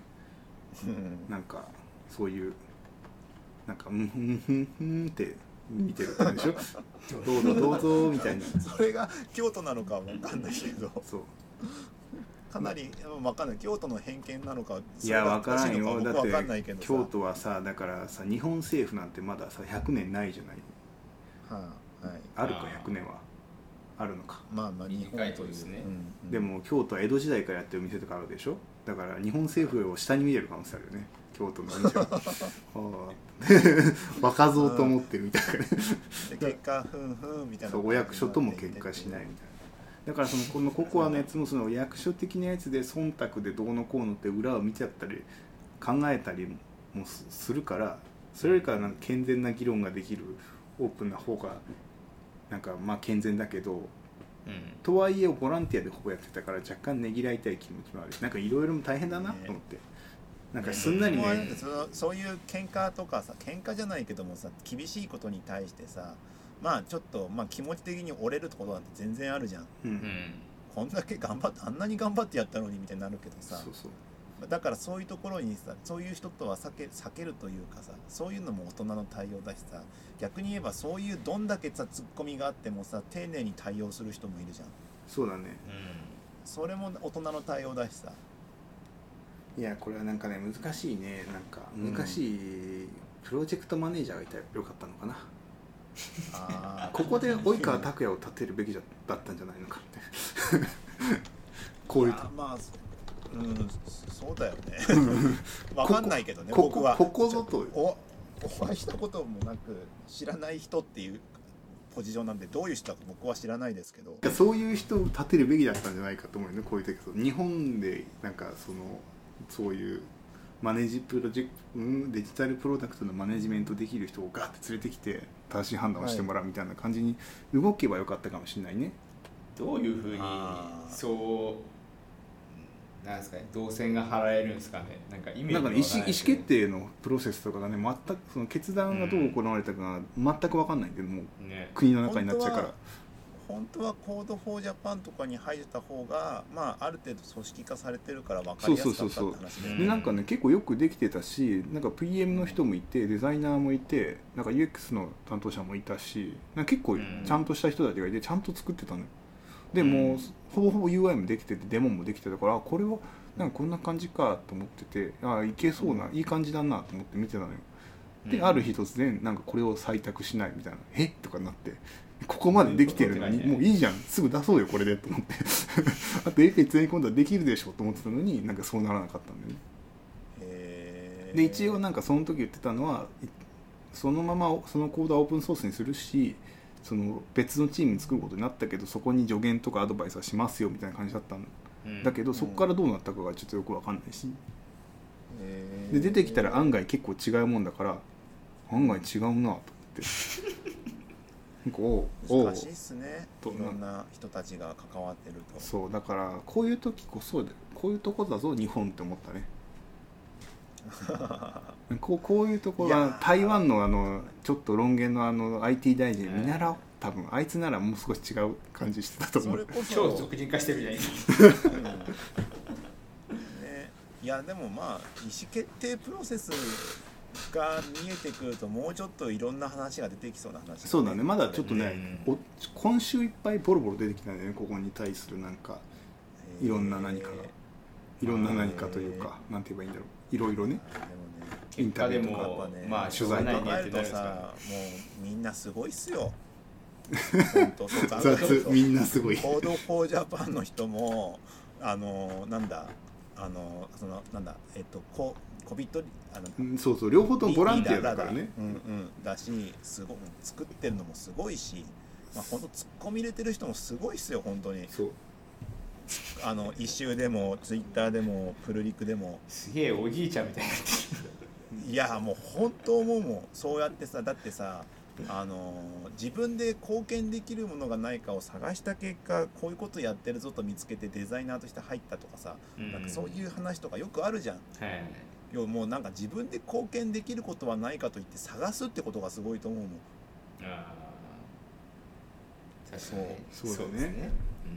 Speaker 3: なんかそういうなんか「うんふんふんふん」って見てる感じでし ょどうぞどうぞみたいな
Speaker 1: それが京都なのかは分かんないけど
Speaker 3: そう
Speaker 1: かなりうん分かんない京都の偏見なのか
Speaker 3: いやわ
Speaker 1: 分
Speaker 3: からんよだ
Speaker 1: 分かんな
Speaker 3: っ
Speaker 1: いけ
Speaker 3: て
Speaker 1: どさ
Speaker 3: 京都はさだからさ日本政府なんてまださ100年ないじゃない
Speaker 1: はあはい
Speaker 3: あるか
Speaker 2: あー
Speaker 3: 100年はあるのか
Speaker 1: まあまあ日本という
Speaker 2: 短いとですね
Speaker 1: うんうん
Speaker 3: でも京都は江戸時代からやってる店とかあるでしょだから日本政府を下に見れる可能性あるよね京都の お店ははあ 若造と思ってるみたいなね
Speaker 1: で喧嘩ふんふんみたいな
Speaker 3: そうお役所とも喧嘩しないみたいなだからそのこのココアのやつもそのお役所的なやつで忖度でどうのこうのって裏を見ちゃったり考えたりもすするからそれよりかはなんか健全な議論ができるオープンな方がなんかまあ健全だけど
Speaker 2: うん
Speaker 3: とはいえボランティアでほぼやってたから若干ねぎらいたい気持ちもあるしなんかいろいろ大変だな
Speaker 1: ね
Speaker 3: と思って、なんかすんなりね
Speaker 1: もうあれなんだそのそういう喧嘩とかさ喧嘩じゃないけどもさ厳しいことに対してさまあちょっと、まあ、気持ち的に折れることなんて全然あるじゃん
Speaker 3: うん
Speaker 2: うん
Speaker 1: こんだけ頑張ってあんなに頑張ってやったのにみたいになるけど
Speaker 3: そ
Speaker 1: さ
Speaker 3: うそう
Speaker 1: だからそういうところにさそういう人とは避け避けるというかさそういうのも大人の対応だしさ逆に言えばそういうどんだけさツッコミがあってもさ丁寧に対応する人もいるじゃん
Speaker 3: そうだね
Speaker 1: それも大人の対応だしさ
Speaker 3: いやこれはなんかね難しいねなんか
Speaker 1: うん
Speaker 3: 難しい、プロジェクトマネージャーがいたらよかったのかな
Speaker 1: あー
Speaker 3: ここで及川拓也を立てるべきじゃだったんじゃないのかって こういうと
Speaker 1: あーまあそうんそそうだよねわかんないけどね
Speaker 3: ここ
Speaker 1: 僕は
Speaker 3: ここぞと
Speaker 1: おお会いしたこともなく知らない人っていうポジションなんでどういう人か僕は知らないですけど
Speaker 3: なんかそういう人を立てるべきだったんじゃないかと思うよねこういう時その日本でなんかそのそういうマネジプロジェクトうんデジタルプロダクトのマネジメントできる人をガーって連れてきて正しい判断をしてもらうみたいな感じに動けばよかったかもしれないね、
Speaker 2: どういうふうに
Speaker 1: あー
Speaker 2: そうなんですかね動線が張られるんですかねなんかイメージ
Speaker 3: なんかね意思
Speaker 2: わ
Speaker 3: 意思
Speaker 2: ないですけど
Speaker 3: 決定のプロセスとかがね全くその決断がどう行われたかが全く分かんないんでもう
Speaker 2: ね
Speaker 3: 国の中になっちゃうか
Speaker 1: 本当
Speaker 3: ら
Speaker 1: は本当は Code4Japan とかに入った方が、まあ、ある程度組織化されてるから分かりやすかったって話
Speaker 2: そうそうそうそう
Speaker 3: でなんかね結構よくできてたしなんか PM の人もいてデザイナーもいてなんか UX の担当者もいたしなんか結構
Speaker 2: うん
Speaker 3: ちゃんとした人たちがいてちゃんと作ってたのよで
Speaker 2: うん
Speaker 3: もうほぼほぼ UI もできててデモもできてたからあこれはなんかこんな感じかと思っててあいけそうないい感じだなと思って見てたのよである日突然なんかこれを採択しないみたいな「えっ?」とかなって「ここまでできてるの
Speaker 2: うん
Speaker 3: にもういいじゃんすぐ出そうよこれで」と思って あと AP 詰め込んだらできるでしょと思ってたのになんかそうならなかったんだよね
Speaker 1: へー
Speaker 3: で一応なんかその時言ってたのはいそのままそのコードはオープンソースにするしその別のチームに作ることになったけどそこに助言とかアドバイスはしますよみたいな感じだったん
Speaker 2: うん
Speaker 3: だけどそこからどうなったかがちょっとよくわかんないし
Speaker 1: へー
Speaker 3: で出てきたら案外結構違うもんだから案外違うなと思ってなんかおうおう
Speaker 1: 難しいっすねい
Speaker 3: ど
Speaker 1: ろ
Speaker 3: んなん
Speaker 1: な人たちが関わってると
Speaker 3: そうだからこういう時こそだこういうとこだぞ日本って思ったねこうこういうところ
Speaker 1: いや
Speaker 3: は
Speaker 1: ー
Speaker 3: 台湾のあのちょっと論言のあの IT 大臣見習おう多分あいつならもう少し違う感じしてたと思
Speaker 1: それ
Speaker 3: う
Speaker 1: こ
Speaker 2: 超
Speaker 1: そ
Speaker 2: 俗人化してるじゃないですか
Speaker 1: うんね、いやでもまあ意思決定プロセスが見えてくるともうちょっといろんな話が出てきそうな話
Speaker 3: そうだねまだちょっとね
Speaker 2: うん
Speaker 3: お今週いっぱいボロボロ出てきたんだよねここに対するなんか
Speaker 1: へー
Speaker 3: いろんな何かがいろんな何かというかなんて言えばいいんだろういろいろね
Speaker 1: あでもね
Speaker 3: イン
Speaker 2: 結
Speaker 3: タ
Speaker 2: 果
Speaker 3: ビ
Speaker 2: で
Speaker 3: ューとか
Speaker 1: や
Speaker 2: も
Speaker 1: っぱね
Speaker 2: まあしょうがないね
Speaker 1: 考え
Speaker 2: って
Speaker 1: る
Speaker 2: な
Speaker 1: と
Speaker 2: るんですか
Speaker 1: さもうみんなすごいっす よ本当そう考える
Speaker 3: 雑
Speaker 1: と
Speaker 3: みんなすごい
Speaker 1: 報道フォージャパンの人もあのなんだあのそのなんだえっとこコビットあの
Speaker 3: うんそうそう両方ともボランティアだから
Speaker 1: リ
Speaker 3: ね
Speaker 1: ーダーだうんうん、だしすごい作ってるのもすごいし、まあ、ほんとツッコミ入れてる人もすごいっすよ本当に
Speaker 3: そう
Speaker 1: あの一周でもツイッターでもプルリクでも
Speaker 2: すげえおじいちゃんみたいになってる
Speaker 1: いやもう本当思うもんそうやってさだってさあのー自分で貢献できるものがないかを探した結果こういうことやってるぞと見つけてデザイナーとして入ったとかさなんかそういう話とかよくあるじゃん
Speaker 2: はい
Speaker 1: 要はもうなんか自分で貢献できることはないかと言って探すってことがすごいと思うもん
Speaker 2: あー確かに
Speaker 3: そうそうだね
Speaker 2: です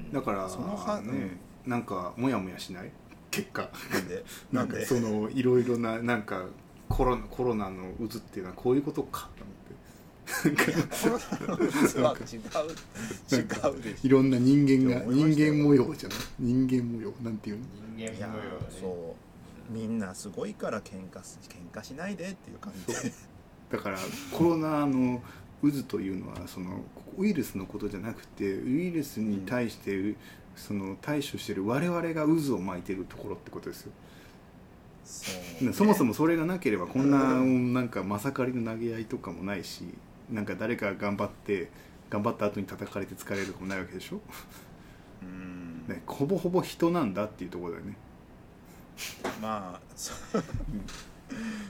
Speaker 2: うん
Speaker 3: だから
Speaker 1: そのは
Speaker 3: ねなんかモヤモヤしない結果
Speaker 1: なんで
Speaker 3: な
Speaker 1: なんん
Speaker 3: か
Speaker 1: で
Speaker 3: そのいろいろななんかコロコロナの渦っていうのはこういうことかと思ってなんか
Speaker 1: コロナの実は違う違うでし
Speaker 3: いろんな人間が
Speaker 1: って思いましたよ
Speaker 3: 人間模様じゃない人間模様なんていうの
Speaker 1: ょい
Speaker 2: 人間
Speaker 1: や
Speaker 2: 模様だね
Speaker 1: そうみんなすごいから喧嘩す喧嘩しないでっていう感じで
Speaker 3: だからコロナの渦というのはそのウイルスのことじゃなくてウイルスに対してその対処してる我々が渦を巻いてるところってことですよ
Speaker 1: そうね
Speaker 3: そもそもそれがなければこんななんかまさかりの投げ合いとかもないしなんか誰か頑張って頑張った後に叩かれて疲れるとかもないわけでしょ、
Speaker 1: うん
Speaker 3: ね、ほぼほぼ人なんだっていうところだよね
Speaker 1: まあそ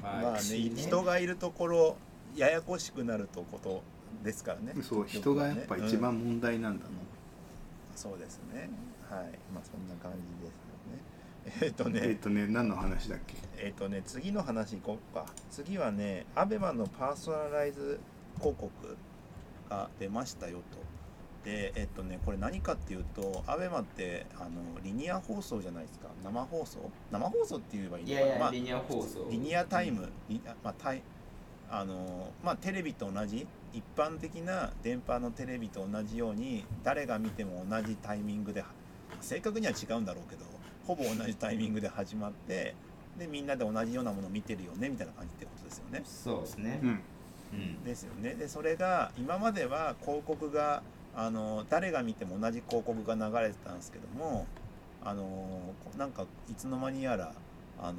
Speaker 1: まあね人がいるところややこしくなるとことですからね
Speaker 3: そう人がやっぱ一番問題なんだな、
Speaker 1: そうですねはいまあそんな感じですよねえっ、とね
Speaker 3: えっ、とね何の話だっけ
Speaker 1: えっ、とね次の話いこうか次はねアベマのパーソナライズ広告が出ましたよとでえっ、とねこれ何かっていうとアベマってあのリニア放送じゃないですか生放送生放送って言えばいいの
Speaker 2: いやい
Speaker 1: かな、ま
Speaker 2: や
Speaker 1: あ
Speaker 2: リニア放送
Speaker 1: リニアタイム、リニアまあタイあのまあ、テレビと同じ一般的な電波のテレビと同じように誰が見ても同じタイミングで正確には違うんだろうけどほぼ同じタイミングで始まってでみんなで同じようなものを見てるよねみたいな感じってことですよね。
Speaker 2: そうですね
Speaker 3: うん
Speaker 2: うん
Speaker 1: ですよねでそれが今までは広告があの誰が見ても同じ広告が流れてたんですけどもあのこなんかいつの間にやらあの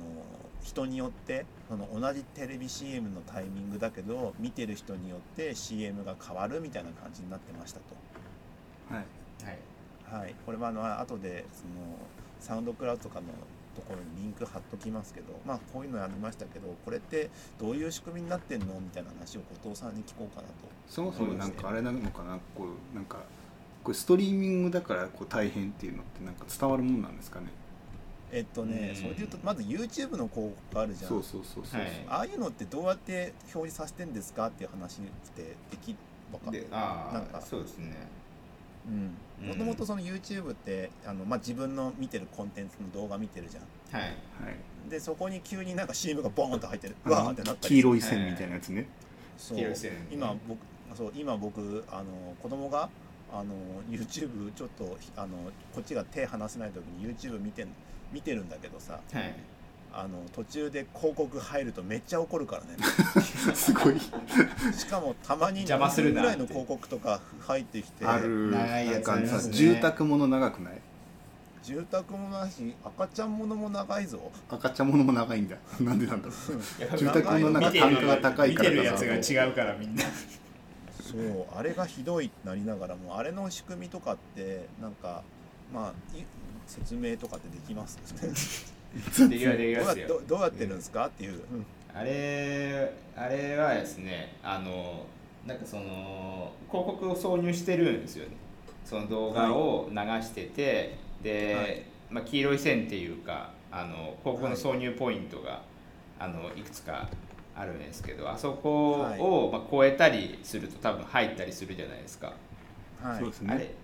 Speaker 1: 人によってその同じテレビ CM のタイミングだけど見てる人によって CM が変わるみたいな感じになってましたと。
Speaker 3: はい
Speaker 2: はい
Speaker 1: はい、これはあの後でそのサウンドクラウドとかのところにリンク貼っときますけど、まあ、こういうのやりましたけどこれってどういう仕組みになってんのみたいな話を後藤さんに聞こうかなと
Speaker 3: そもそもなんかあれなのかなこうなんかこれストリーミングだからこう大変っていうのってなんか伝わるもんなんですかね
Speaker 1: えっとね
Speaker 2: うん
Speaker 1: それで言うとまず YouTube の広告があるじゃん
Speaker 3: そうそうそうそう、
Speaker 2: はい
Speaker 1: ああいうのってどうやって表示させてんですかっていう話ってできわか
Speaker 2: であ
Speaker 1: なん
Speaker 2: あ
Speaker 1: か
Speaker 2: そうですね
Speaker 1: うん
Speaker 2: うん
Speaker 1: もともとその YouTube ってあの、まあ、自分の見てるコンテンツの動画見てるじゃん
Speaker 2: はい
Speaker 3: はい
Speaker 1: でそこに急になんか CM がボーンと入ってる
Speaker 3: あ
Speaker 1: う
Speaker 3: の
Speaker 1: わーってなったり
Speaker 3: 黄色い線みたいなやつ ね、
Speaker 1: そう
Speaker 2: 黄色い線ね
Speaker 1: 今僕そう今僕あの子供があの YouTube ちょっとあのこっちが手離せない時に YouTube 見てん見てるんだけどさ
Speaker 2: はい
Speaker 1: あの途中で広告入るとめっちゃ怒るからね
Speaker 3: すごい
Speaker 1: しかもたまに
Speaker 2: 邪魔する
Speaker 1: ぐ
Speaker 2: な
Speaker 1: らいの広告とか入ってきて
Speaker 3: ある
Speaker 2: 長い
Speaker 3: な
Speaker 2: や
Speaker 3: ん
Speaker 2: つあ
Speaker 3: か
Speaker 2: りますね
Speaker 3: 住宅もの長くない
Speaker 1: 住宅もだし赤ちゃんものも長いぞ
Speaker 3: 赤ちゃんものも長いんだ なんでなんだろ住宅の
Speaker 1: 中
Speaker 2: 見てる
Speaker 3: 単価が高いから
Speaker 2: 見てるや
Speaker 3: だな
Speaker 2: つが違うからみんな
Speaker 1: そうあれがひどいってなりながらもあれの仕組みとかってなんかまあい説明とかってできます
Speaker 2: できますで
Speaker 1: どう
Speaker 2: きま
Speaker 1: や
Speaker 2: す
Speaker 1: ど
Speaker 2: よ
Speaker 1: うどうやってるんですかっていう、うん
Speaker 2: あれあれはですねあのなんかその広告を挿入してるんですよねその動画を流してて、で、
Speaker 1: はい
Speaker 2: まあ、黄色い線っていうかあの広告
Speaker 1: は
Speaker 2: の
Speaker 1: い
Speaker 2: 挿入ポイントが、い、あのいくつかあるんですけどあそこを、まあ、超えたりすると多分入ったりするじゃないですか。
Speaker 1: はい
Speaker 3: そうです
Speaker 2: あ
Speaker 3: ね
Speaker 2: れ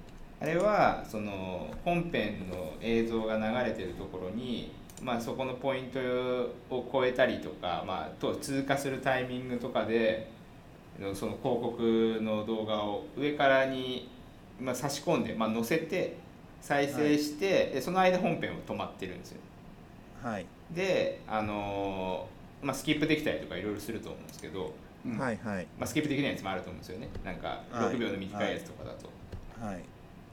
Speaker 2: あれはその本編の映像が流れてるところに、まあ、そこのポイントを超えたりとか、まあ、と通過するタイミングとかでのその広告の動画を上からに、まあ、差し込んで、まあ、載せて再生して、でその間本編は止まってるんですよ。
Speaker 1: はい
Speaker 2: で、あのーまあ、スキップできたりとかいろいろすると思うんですけど、
Speaker 3: うん
Speaker 1: はいはい
Speaker 2: まあ、スキップできないやつもあると思うんですよねなんか
Speaker 1: はい
Speaker 2: 6秒の短いやつとかだと。
Speaker 1: はい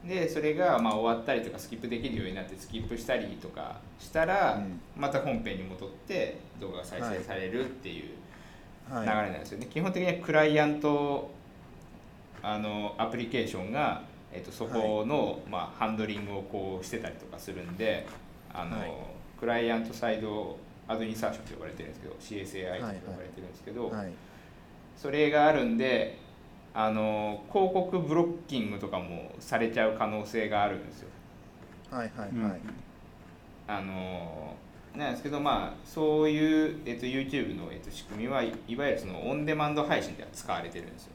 Speaker 2: でそれがまあ終わったりとかスキップできるようになってスキップしたりとかしたら、
Speaker 1: うん
Speaker 2: また本編に戻って動画が再生されるっていう流
Speaker 1: は
Speaker 2: れ
Speaker 1: い
Speaker 2: なんですよね、基本的にはクライアントあのアプリケーションが、えっと、そこの、まあ、ハンドリングをこうしてたりとかするんであの、
Speaker 1: はい
Speaker 2: クライアントサイドアドインサーションと呼ばれてるんですけど CSAI と呼ばれてるんですけど、
Speaker 1: はい
Speaker 2: それがあるんであの広告ブロッキングとかもされちゃう可能性があるんですよ
Speaker 1: はいはい
Speaker 3: うん
Speaker 1: はい
Speaker 2: あのなんですけどまあそういう、えっと、YouTube の、えっと、仕組みはいいわゆるそのオンデマンド配信では使われてるんですよ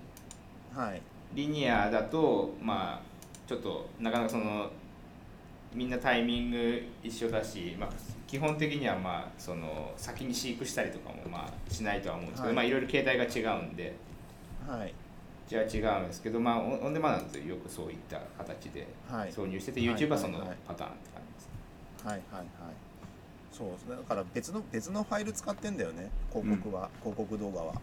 Speaker 1: はい
Speaker 2: リニアだとまあちょっとなかなかそのみんなタイミング一緒だし、まあ、基本的にはまあその先に飼育したりとかもまあしないとは思うんです
Speaker 1: は
Speaker 2: けど、
Speaker 1: い
Speaker 2: い、まあいろいろ形態が違うんで
Speaker 1: はい
Speaker 2: じゃあ違うんですけど、まあ、オンオンデマンドだとよくそういった形で
Speaker 1: はい
Speaker 2: 挿入してて、
Speaker 1: はい
Speaker 2: YouTube はその
Speaker 1: はいはい
Speaker 2: パターンって感じです。
Speaker 1: はいはいはいそうだから別の別のファイル使ってんだよね広告は、広告動画は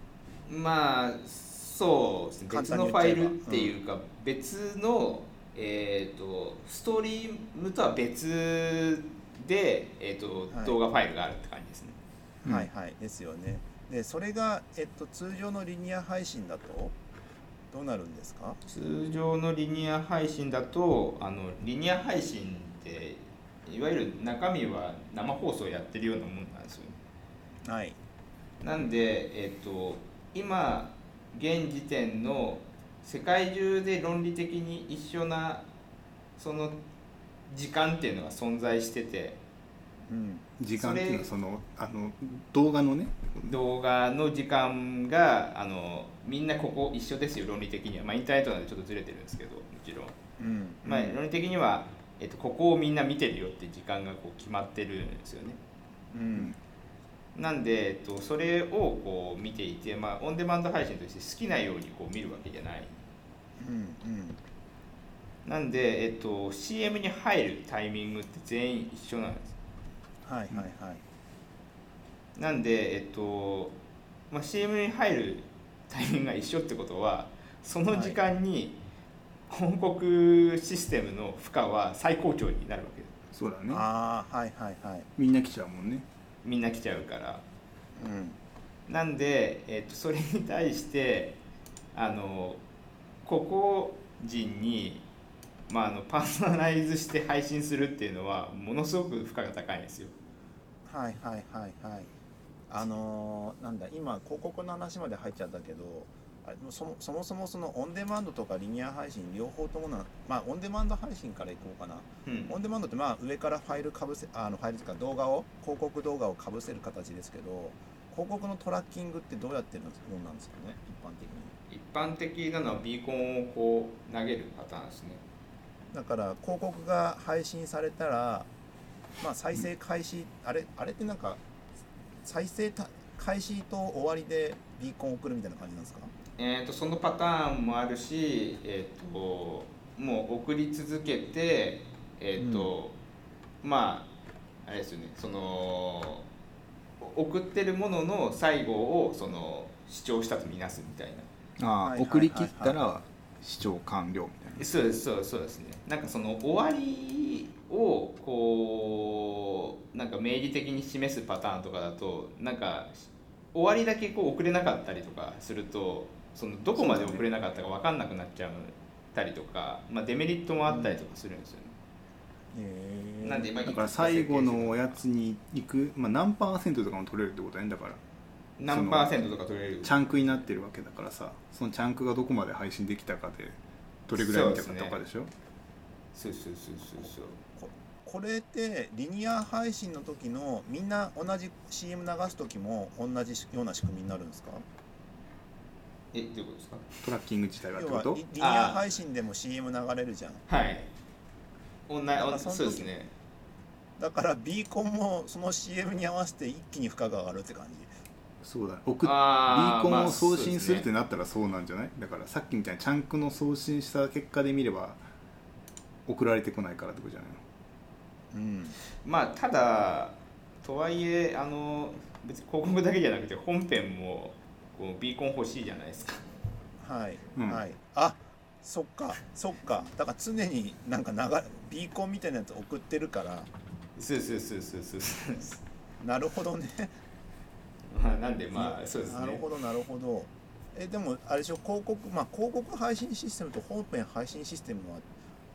Speaker 2: まあそうですね
Speaker 1: 簡
Speaker 2: 別
Speaker 1: 単に言っちゃ
Speaker 2: のファ
Speaker 1: え
Speaker 2: イ
Speaker 1: ば
Speaker 2: ルっていうか、別の、えー、とストリームとは別で、えーと
Speaker 1: はい
Speaker 2: 動画ファイルがあるって感じですね。
Speaker 3: うん
Speaker 1: はいはいですよねでそれが、えっと、通常のリニア配信だとどうなるんですか
Speaker 2: 通常のリニア配信だとあのリニア配信っていわゆる中身は生放送やってるようなもんなんですよね。
Speaker 1: はい
Speaker 2: なんで、えっと、今現時点の世界中で論理的に一緒なその時間っていうのが存在してて
Speaker 1: うん
Speaker 3: 時間っていうのは
Speaker 2: そ
Speaker 3: そのあの動画のね
Speaker 2: 動画の時間があのみんなここ一緒ですよ論理的には、まあ、インターネットなんでちょっとずれてるんですけどもちろん、
Speaker 1: うん
Speaker 2: まあ、論理的には、えっと、ここをみんな見てるよって時間がこう決まってるんですよね。
Speaker 1: うん
Speaker 2: なんで、えっと、それをこう見ていて、まあ、オンデマンド配信として好きなようにこう見るわけじゃない
Speaker 1: うんうん
Speaker 2: なんで、えっと、CM に入るタイミングって全員一緒なんです
Speaker 1: はいはいはい
Speaker 2: なんで、えっとまあ、CM に入るタイミングが一緒ってことはその時間に広告システムの負荷は最高潮になるわけです
Speaker 3: そうだね
Speaker 1: ああはいはいはい
Speaker 3: みんな来ちゃうもんね
Speaker 2: みんな来ちゃうから
Speaker 1: うん
Speaker 2: なんで、えっと、それに対してあの個々人に、まあ、あのパーソナライズして配信するっていうのはものすごく負荷が高いんですよ。
Speaker 1: はいはいはいはいあのーなんだ今広告の話まで入っちゃったけどあれもうそもそもそもそのオンデマンドとかリニア配信両方ともなまあオンデマンド配信からいこうかな
Speaker 2: うん
Speaker 1: オンデマンドってまあ上からファイルかぶせあのファイルというか動画を広告動画をかぶせる形ですけど広告のトラッキングってどうやってるもんなんですかね一般的に
Speaker 2: 一般的なのはビーコンをこう投げるパターンですね。
Speaker 1: だから広告が配信されたら、まあ、再生開始、あれあれってなんか再生た開始と終わりでビーコン送るみたいな感じなんですか
Speaker 2: えー、とそのパターンもあるし、えー、ともう送り続けて、えーとまああれですよねその送ってるものの最後をその視聴したとみなすみたいな
Speaker 3: あ
Speaker 1: は
Speaker 3: あ
Speaker 1: いはいはいはい
Speaker 3: 送り切ったら視聴完了みたいな
Speaker 2: そうですそうですそうですねなんかその終わりをこうなんか明示的に示すパターンとかだとなんか終わりだけこう遅れなかったりとかするとそのどこまで遅れなかったか分かんなくなっちゃうたりとか、まあ、デメリットもあったりとかするんですよね。
Speaker 1: へ
Speaker 2: なんで今
Speaker 3: だから最後のおやつに行く、まあ、何パーセントとかも取れるってことだねだから
Speaker 2: 何パーセントとか取れる
Speaker 3: チャンクになってるわけだからさそのチャンクがどこまで配信できたかでどれぐらい見たかとかでしょ
Speaker 2: そうそうそうそうそう
Speaker 1: これってリニア配信の時のみんな同じ CM 流す時も同じような仕組みになるんですか
Speaker 2: えどういうことですか
Speaker 3: トラッキング自体がって
Speaker 1: 要
Speaker 3: こ
Speaker 1: は
Speaker 3: と
Speaker 1: リリニア配信でも CM 流れるじゃん
Speaker 2: はい同じ
Speaker 1: から
Speaker 2: お
Speaker 1: その時
Speaker 2: そうですね
Speaker 1: だからビーコンもその CM に合わせて一気に負荷が上がるって感じ
Speaker 3: そうだね送っビ
Speaker 2: あ
Speaker 3: ー
Speaker 2: ー
Speaker 3: コン
Speaker 2: ま
Speaker 3: を
Speaker 2: あそう
Speaker 3: 送
Speaker 2: ですね
Speaker 3: 信するってなったらそうなんじゃないだからさっきみたいにチャンクの送信した結果で見れば送られてこないからってことじゃないの
Speaker 1: うん
Speaker 2: まあただとはいえあの別に広告だけじゃなくて本編もこうビーコン欲しいじゃないですか
Speaker 1: はい、
Speaker 3: うん
Speaker 1: はいあそっかそっかだから常になんか長いビーコンみたいなやつ送ってるから
Speaker 2: そうそうそうそうそうそう
Speaker 1: なるほ どね
Speaker 2: まあなんでまあそうです
Speaker 1: なる
Speaker 2: ね
Speaker 1: ほどなるほどえでもあれでしょ広告まあ広告配信システムと本編配信システムは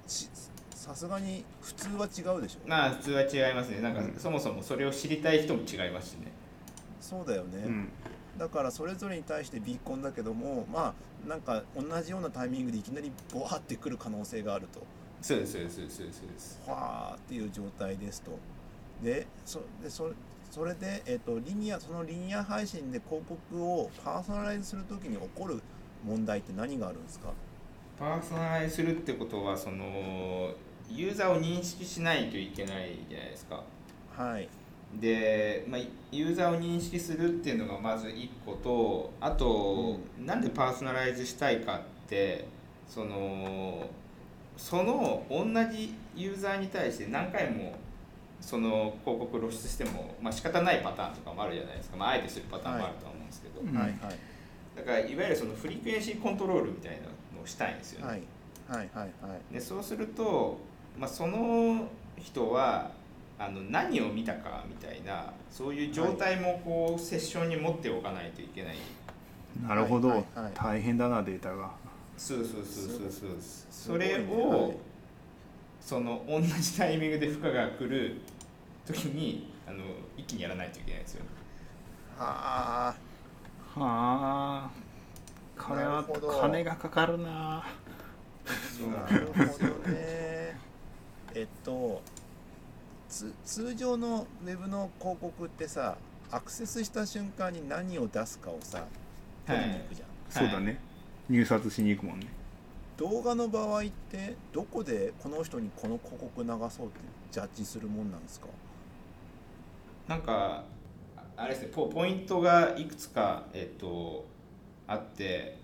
Speaker 1: しさすがに普通は違うでしょ
Speaker 2: まあ普通は違いますねなんか
Speaker 3: うん
Speaker 2: そもそもそれを知りたい人も違いますしね
Speaker 1: そうだよね、
Speaker 3: うん
Speaker 1: だからそれぞれに対してビーコンだけどもまあなんか同じようなタイミングでいきなりボワってくる可能性があると
Speaker 2: そうですそうですそうですそうですそうです
Speaker 1: はーっていう状態ですと。で、そでそそれで、えっとリニアそのリニア配信で広告をパーソナライズするときに起こる問題って何があるんですか
Speaker 2: パーソナライズするってことはそのユーザーを認識しないといけないじゃないですか
Speaker 1: はい。
Speaker 2: で、まあ、ユーザーを認識するっていうのがまず1個とあと、なんでパーソナライズしたいかってそのその同じユーザーに対して何回もその広告露出しても、まあ仕方ないパターンとかもあるじゃないですか、まあ、あえてするパターンもあるとは思うんですけど、
Speaker 3: うん
Speaker 1: はい
Speaker 2: だからいわゆるそのフリクエンシーコントロールみたいなのをしたいんですよね。
Speaker 1: はい。はいはいはい。
Speaker 2: でそうすると、まあ、その人はあの何を見たかみたいなそういう状態もこう、セッションに持っておかないといけない
Speaker 3: なるほど、
Speaker 1: はいはいはい
Speaker 3: 大変だなデータが
Speaker 2: そうそうそうそうそう
Speaker 1: す
Speaker 2: それ
Speaker 1: すごいねは
Speaker 2: を、
Speaker 1: い
Speaker 2: その同じタイミングで負荷が来る時にあの一気にやらないといけないんですよ
Speaker 1: あ
Speaker 3: はあこれ
Speaker 1: な
Speaker 3: は
Speaker 1: るほど
Speaker 3: 金がかかるな
Speaker 2: そう
Speaker 1: な
Speaker 2: なん
Speaker 1: るほどねえっとつ通常のウェブの広告ってさアクセスした瞬間に何を出すかをさ取りに行くじゃん、
Speaker 3: そうだね入札しに行くもんね
Speaker 1: 動画の場合ってどこでこの人にこの広告流そうってジャッジするもんなんですか
Speaker 2: なんかああれですねポポイントがいくつか、えっとあって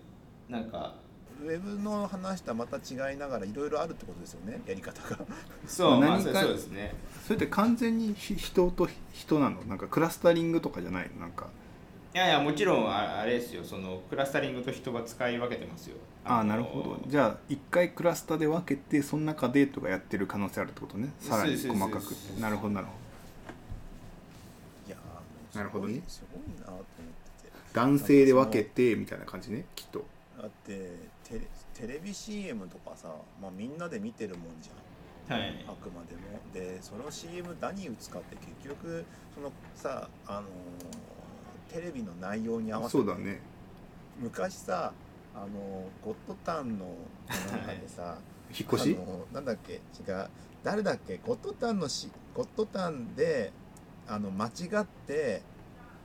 Speaker 2: なんか
Speaker 1: ウェブの話とはまた違いながらいろいろあるってことですよねやり 方が
Speaker 2: そう,、まあ、
Speaker 3: 何
Speaker 2: そう
Speaker 3: か
Speaker 2: そうですね
Speaker 3: それって完全にひ人と人なのなんかクラスタリングとかじゃないのなんか
Speaker 2: いやいやもちろんああれですよそのクラスタリングと人は使い分けてますよ
Speaker 3: ああ
Speaker 2: の
Speaker 3: なるほどじゃあ一回クラスターで分けてその中でとかやってる可能性あるってことねさらに
Speaker 2: そ
Speaker 3: 細
Speaker 2: うそうそう
Speaker 3: かく
Speaker 2: そう
Speaker 3: なるほどなるほど
Speaker 1: いやー
Speaker 3: なるほどね
Speaker 1: すごいすごいなと思ってて
Speaker 3: 男性で分けてみたいな感じねきっと
Speaker 1: だってテレテレビ CM とかさ、まあ、みんなで見てるもんじゃん
Speaker 2: はい
Speaker 1: あくまでもでその CM 何打つかって結局そのさあのーテレビの内容に合わせて
Speaker 3: そうだね
Speaker 1: 昔さあのーゴッドタンの中で さ
Speaker 3: 引っ越し
Speaker 1: あのーなんだっけ違う誰だっけゴッドタンのしゴッドタンであの間違って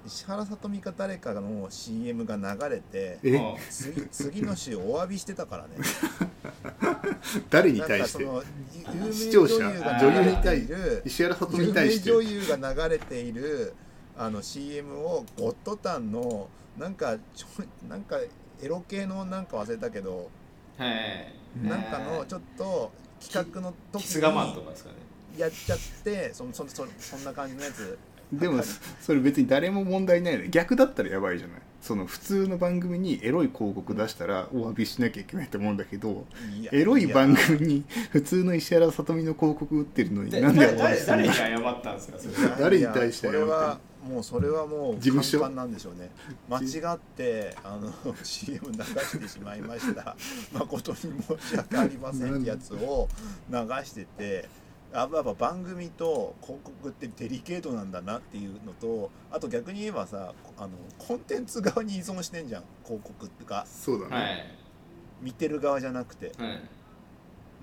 Speaker 1: 石原さとみか誰かの CM が流れて
Speaker 3: え
Speaker 2: あ
Speaker 1: 次次の週お詫びしてたからね。
Speaker 3: 誰 に
Speaker 1: なんか
Speaker 3: 対し
Speaker 1: そ
Speaker 3: て
Speaker 1: の
Speaker 3: 視
Speaker 1: 視
Speaker 3: 聴
Speaker 1: 聴
Speaker 3: 者
Speaker 1: 者
Speaker 2: 女優に
Speaker 3: 対
Speaker 1: いる
Speaker 3: 石原さとみ
Speaker 1: 有
Speaker 3: に対
Speaker 1: 名
Speaker 3: して
Speaker 1: 女優が流れているあの CM をゴッドタンのなんかちょなんかエロ系のなんか忘れたけど
Speaker 2: はい
Speaker 1: なんかのちょっと企画の時
Speaker 2: キス我慢と
Speaker 1: に
Speaker 2: かですかね
Speaker 1: やっちゃってそんそんそんそんな感じのやつ
Speaker 3: でもそそれ別に誰も問題ないよね逆だったらやばいじゃないその普通の番組にエロい広告出したらお詫びしなきゃいけないと思うんだけど
Speaker 1: いや
Speaker 3: エロい番
Speaker 1: や
Speaker 3: 組に普通の石原さとみの広告打ってるのに
Speaker 2: で
Speaker 3: なんで
Speaker 2: 誰
Speaker 3: お詫び
Speaker 2: 誰
Speaker 3: する
Speaker 2: 誰
Speaker 3: の
Speaker 2: に謝ったんですかそれ
Speaker 1: いや
Speaker 3: 誰に対して
Speaker 1: いやこれはもうそれはもう
Speaker 3: 事務所
Speaker 1: 簡単なんでしょうね間違ってあの CM 流してしまいま した誠に申し訳ありませんってやつを流しててやっぱ番組と広告ってデリケートなんだなっていうのとあと逆に言えばさあのコンテンツ側に依存してんじゃん広告が
Speaker 3: そうだね、
Speaker 2: はい
Speaker 1: 見てる側じゃなくて
Speaker 2: はい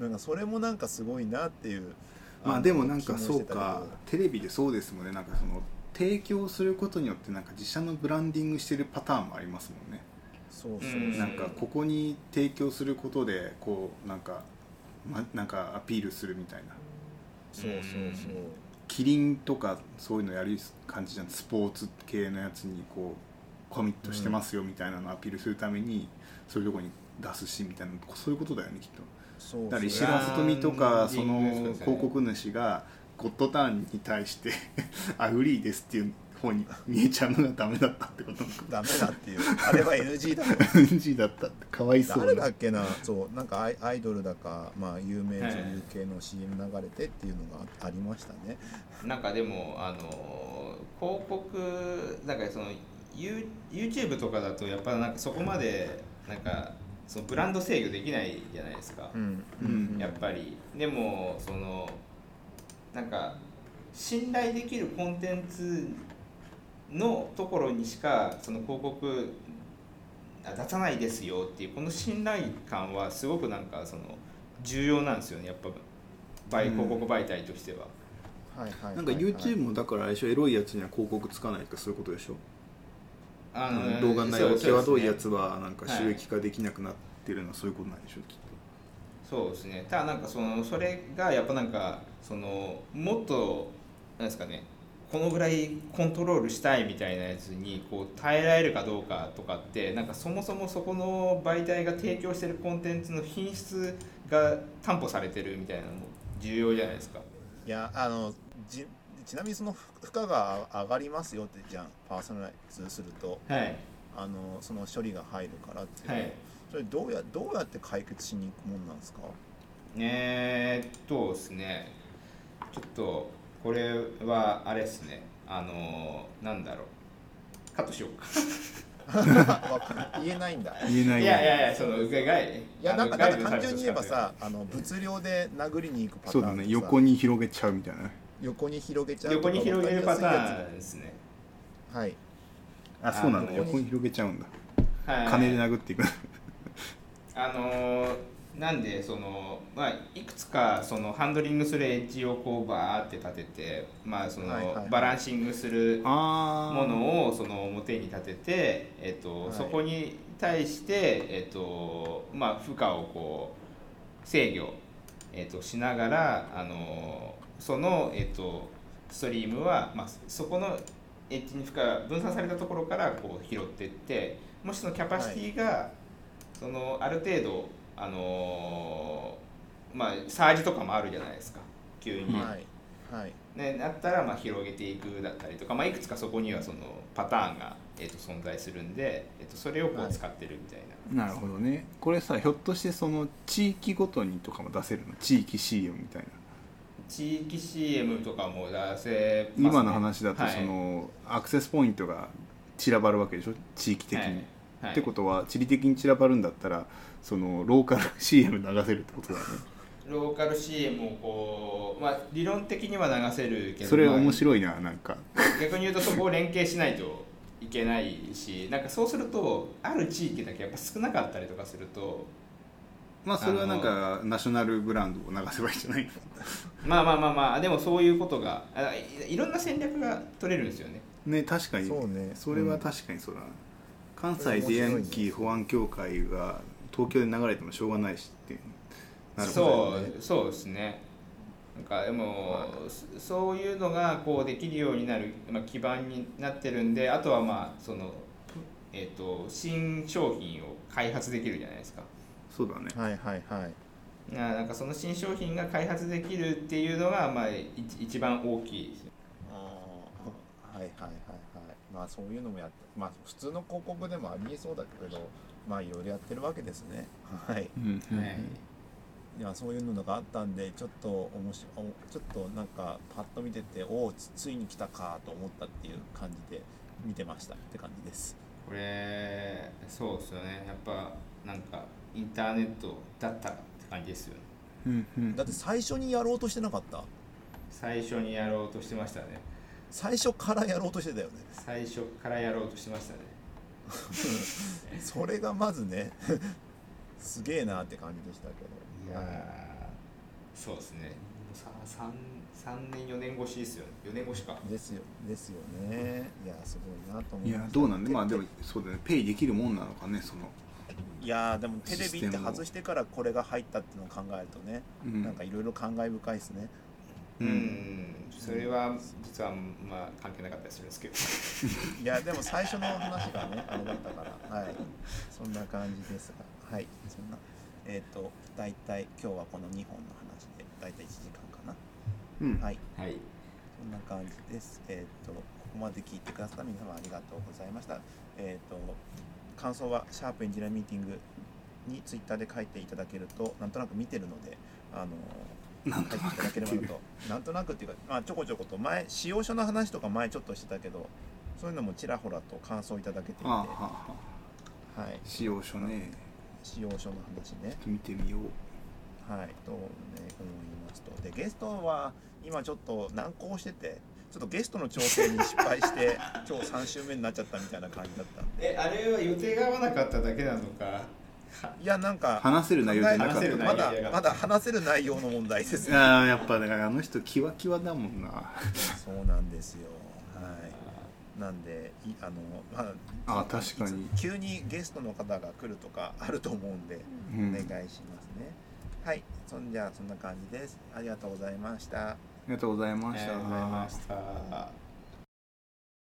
Speaker 1: なんかそれもなんかすごいなっていう
Speaker 3: ま
Speaker 1: あ
Speaker 3: あ
Speaker 1: の
Speaker 3: でもなん
Speaker 1: 気
Speaker 3: か
Speaker 1: もし
Speaker 3: そ
Speaker 1: て
Speaker 3: う
Speaker 1: たけど
Speaker 3: かテレビでそうですもんねなんかその提供することによってなんか自社のブランディングしてるパターンもありますもんね、
Speaker 1: そうそうそう
Speaker 2: うん
Speaker 3: なんかここに提供することでこうなんか、ま、なんかアピールするみたいな
Speaker 1: そうそうそう
Speaker 3: キリンとかそういうのやる感じじゃんスポーツ系のやつにこうコミットしてますよみたいなのをアピールするために、そういうとこに出すしみたいなそういうことだよねきっと
Speaker 1: そう
Speaker 3: だから石
Speaker 1: それ
Speaker 3: 原さとみとか
Speaker 2: ブラ
Speaker 3: そ
Speaker 2: ンディングですか
Speaker 3: の
Speaker 2: ね
Speaker 3: 広告主がゴッドターンに対して アグリーですっていう方に見えちゃうのがダメだったってこと
Speaker 1: ダメだっ ていうあれは NG だ
Speaker 3: NG だったってかわいそう
Speaker 1: 誰だ
Speaker 3: な
Speaker 1: っけなそうなんかアイアイドルだか、まあ、有名女優系の CM 流れてっていうのがありましたね
Speaker 2: なんかでもあの広告なんかその You- YouTube とかだとやっぱなんかそこまでなんかそのブランド制御できないじゃないですか、
Speaker 1: うん
Speaker 3: うん
Speaker 2: やっぱりでもそのなんか信頼できるコンテンツのところにしかその広告あ出さないですよっていうこの信頼感はすごくなんかその重要なんですよねやっぱ媒広告媒体としては。
Speaker 1: はいはいはいはい
Speaker 3: なんか YouTube もだからあれでしょエロいやつには広告つかないとかそういうことでしょ
Speaker 2: あ
Speaker 3: あの動画内容際どいやつはなんか
Speaker 2: はい
Speaker 3: 収益化できなくなってるのはそういうことなんでしょきっ
Speaker 2: そうですねただなんかそのそれがやっぱなんかそのもっとなんですかねこのぐらいコントロールしたいみたいなやつにこう耐えられるかどうかとかってなんかそもそもそこの媒体が提供してるコンテンツの品質が担保されてるみたいなのも重要じゃないですか
Speaker 1: いやあのじちなみにその負荷が上がりますよってじゃんパーソナライズすると
Speaker 2: はい
Speaker 1: あのその処理が入るからっていう、
Speaker 2: はい
Speaker 1: それどうやどうやって解決しに行くもんなん ですか
Speaker 2: えーっとですねちょっとこれはあれですねあのなんだろうカットしようか
Speaker 1: 言えない んだ
Speaker 3: と言えないい
Speaker 2: やいやいやその外外
Speaker 1: いや
Speaker 2: あ
Speaker 1: な
Speaker 2: の
Speaker 1: んかなん
Speaker 2: 外部
Speaker 1: か
Speaker 2: サー
Speaker 1: 単
Speaker 2: ビス
Speaker 1: 純に言えばさあの物量で殴りに行くパタ
Speaker 3: そ
Speaker 1: ーン
Speaker 3: うだね
Speaker 1: とさ
Speaker 3: 横に広げちゃうみたいなね
Speaker 1: 横に広げちゃうとか
Speaker 2: 横に広げるパタ
Speaker 1: わかりやすいや
Speaker 2: ーンですね
Speaker 1: つはい
Speaker 3: あそうなんだ
Speaker 1: あ
Speaker 3: 横に広げちゃうんだ
Speaker 2: はい、
Speaker 3: 金で殴っていく
Speaker 2: あのーなんでその、まあ、いくつかそのハンドリングするエッジをこうバーって立てて、まあその
Speaker 1: はいはいはい
Speaker 2: バランシングするも
Speaker 3: ああ
Speaker 2: のをその表に立てて、えっと
Speaker 1: はい
Speaker 2: そこに対して、えっとまあ、負荷をこう制御、えっとしながら、あのーその、えっとストリームは、まあ、そこのエッジに負荷が分散されたところからこう拾っていってもしそのキャパシティが、そのある程度あのーまあサージとかもあるじゃないですか急に、
Speaker 1: はいはい
Speaker 2: ね、なったらまあ広げていくだったりとか、まあ、いくつかそこにはそのパターンが、えっと存在するんで、えっとそれをこ
Speaker 1: は
Speaker 2: う
Speaker 1: い
Speaker 2: 使ってるみたいな、
Speaker 3: なるほどねこれさひょっとしてその地域ごとにとかも出せるの地域 CM みたいな
Speaker 2: 地域 CM とかも出せますね
Speaker 3: 今の話だと
Speaker 2: はい
Speaker 3: その、アクセスポイントが散らばるわけでしょ地域的に、
Speaker 2: はいはい
Speaker 3: ってことは地理的に散らばるんだったらそのローカル CM 流せるってことだね
Speaker 2: ローカル CM をこう、まあ、理論的には流せるけど
Speaker 3: それ
Speaker 2: まあ
Speaker 3: 面白いななんか
Speaker 2: 逆に言うとそこを連携しないといけないしなんかそうするとある地域だけやっぱ少なかったりとかすると
Speaker 3: まあそれはなんかナショナルブランドを流せばいいんじゃないの
Speaker 2: まあまあまあまあでもそういうことがあいいろんな戦略が取れるんですよね
Speaker 3: ね確かに
Speaker 1: そうね
Speaker 3: それは確かにそうだな、関西デヤンキー保安協会が東京で流れてもしょうがないしっていうなるほど
Speaker 1: どね
Speaker 2: そうそうですねなんかでも、そそういうのがこうできるようになる、まあ、基盤になってるんであとはまあその、えっと新商品を開発できるじゃないですか
Speaker 3: そうだね
Speaker 1: はいはいはい
Speaker 2: ななんかその新商品が開発できるっていうのが、まあ、い一番大きいですよ
Speaker 1: はいはいはいはいまあそういうのもやってまあ普通の広告でもありえそうだけどまあいろいろやってるわけですねはい
Speaker 3: うんうん
Speaker 2: はい
Speaker 1: いやそういうのがあったんでちょっと面白おちょっとなんかパッと見てておおつついに来たかと思ったっていう感じで見てましたって感じです
Speaker 2: これそうですよねやっぱなんかインターネットだったらって感じですよね
Speaker 3: うんうん
Speaker 1: だって最初にやろうとしてなかった
Speaker 2: 最初にやろうとしてましたね
Speaker 1: 最初からやろうとしてたよね
Speaker 2: 最初からやろうとしてましたね
Speaker 1: それがまずね すげえなって感じでしたけど
Speaker 2: いやーそうですね 3, 年4年越しですよね4年越しか
Speaker 1: ですよですよねいやすごいなと思
Speaker 3: い
Speaker 1: いま
Speaker 3: や
Speaker 1: した
Speaker 3: どうなんでまあでもそうだねペイできるもんなのかねその
Speaker 1: いやーでもテレビ
Speaker 3: シ
Speaker 1: っ
Speaker 3: ステ
Speaker 1: て
Speaker 3: ムを
Speaker 1: 外してからこれが入ったっていうのを考えるとね、
Speaker 3: うん
Speaker 1: なんかいろいろ感慨深いですね
Speaker 3: う
Speaker 2: うんん、それは実はまあ関係なかったりするんですけど
Speaker 1: いやでも最初の話が ねあれだったからはいそんな感じですがはいそんなえっ、ー、と大体今日はこの2本の話で大体1時間かな
Speaker 3: うん
Speaker 1: はい
Speaker 2: はい
Speaker 1: そんな感じです。えっ、と、ここまで聞いてくださった皆様ありがとうございました。えっ、と、感想は、シャープエンジニアミーティングにツイッターで書いていただけると、なんとなく見てるので、あの、書いていただければなと。なんとなくっていうか、まあ、ちょこちょこと、前、使用書の話とか前ちょっとしてたけど、そういうのもちらほらと感想いただけていて、
Speaker 3: ああは
Speaker 1: は
Speaker 3: あはあ
Speaker 1: い、
Speaker 3: 使用書ね
Speaker 1: 使用書の話ね。
Speaker 3: 見てみよう
Speaker 1: はい、と、ね、思いますと。で、ゲストは今ちょっと難航してて、ちょっとゲストの調整に失敗 して、今日3週目になっちゃったみたいな感じだったん
Speaker 2: えあれは予定が合わなかっただけなのか
Speaker 1: で。いや、なんか、
Speaker 3: 話せる内容じゃなかっ
Speaker 2: 話せ
Speaker 3: た
Speaker 2: る内
Speaker 1: ま
Speaker 2: 容
Speaker 1: だまだ話せる内容の問題ですね。
Speaker 3: ああやっぱだからあの人キワキワだもんな
Speaker 1: そうなんですよ。はい。なんで、いあの、まあ、
Speaker 3: あ確かに
Speaker 1: いつ急にゲストの方が来るとかあると思うんで、
Speaker 3: うん
Speaker 1: お願い
Speaker 3: あり
Speaker 1: しますね。はい、そんじゃあそんな感じです。ありがとうございました。
Speaker 3: がとうございました、
Speaker 2: ありがとうございました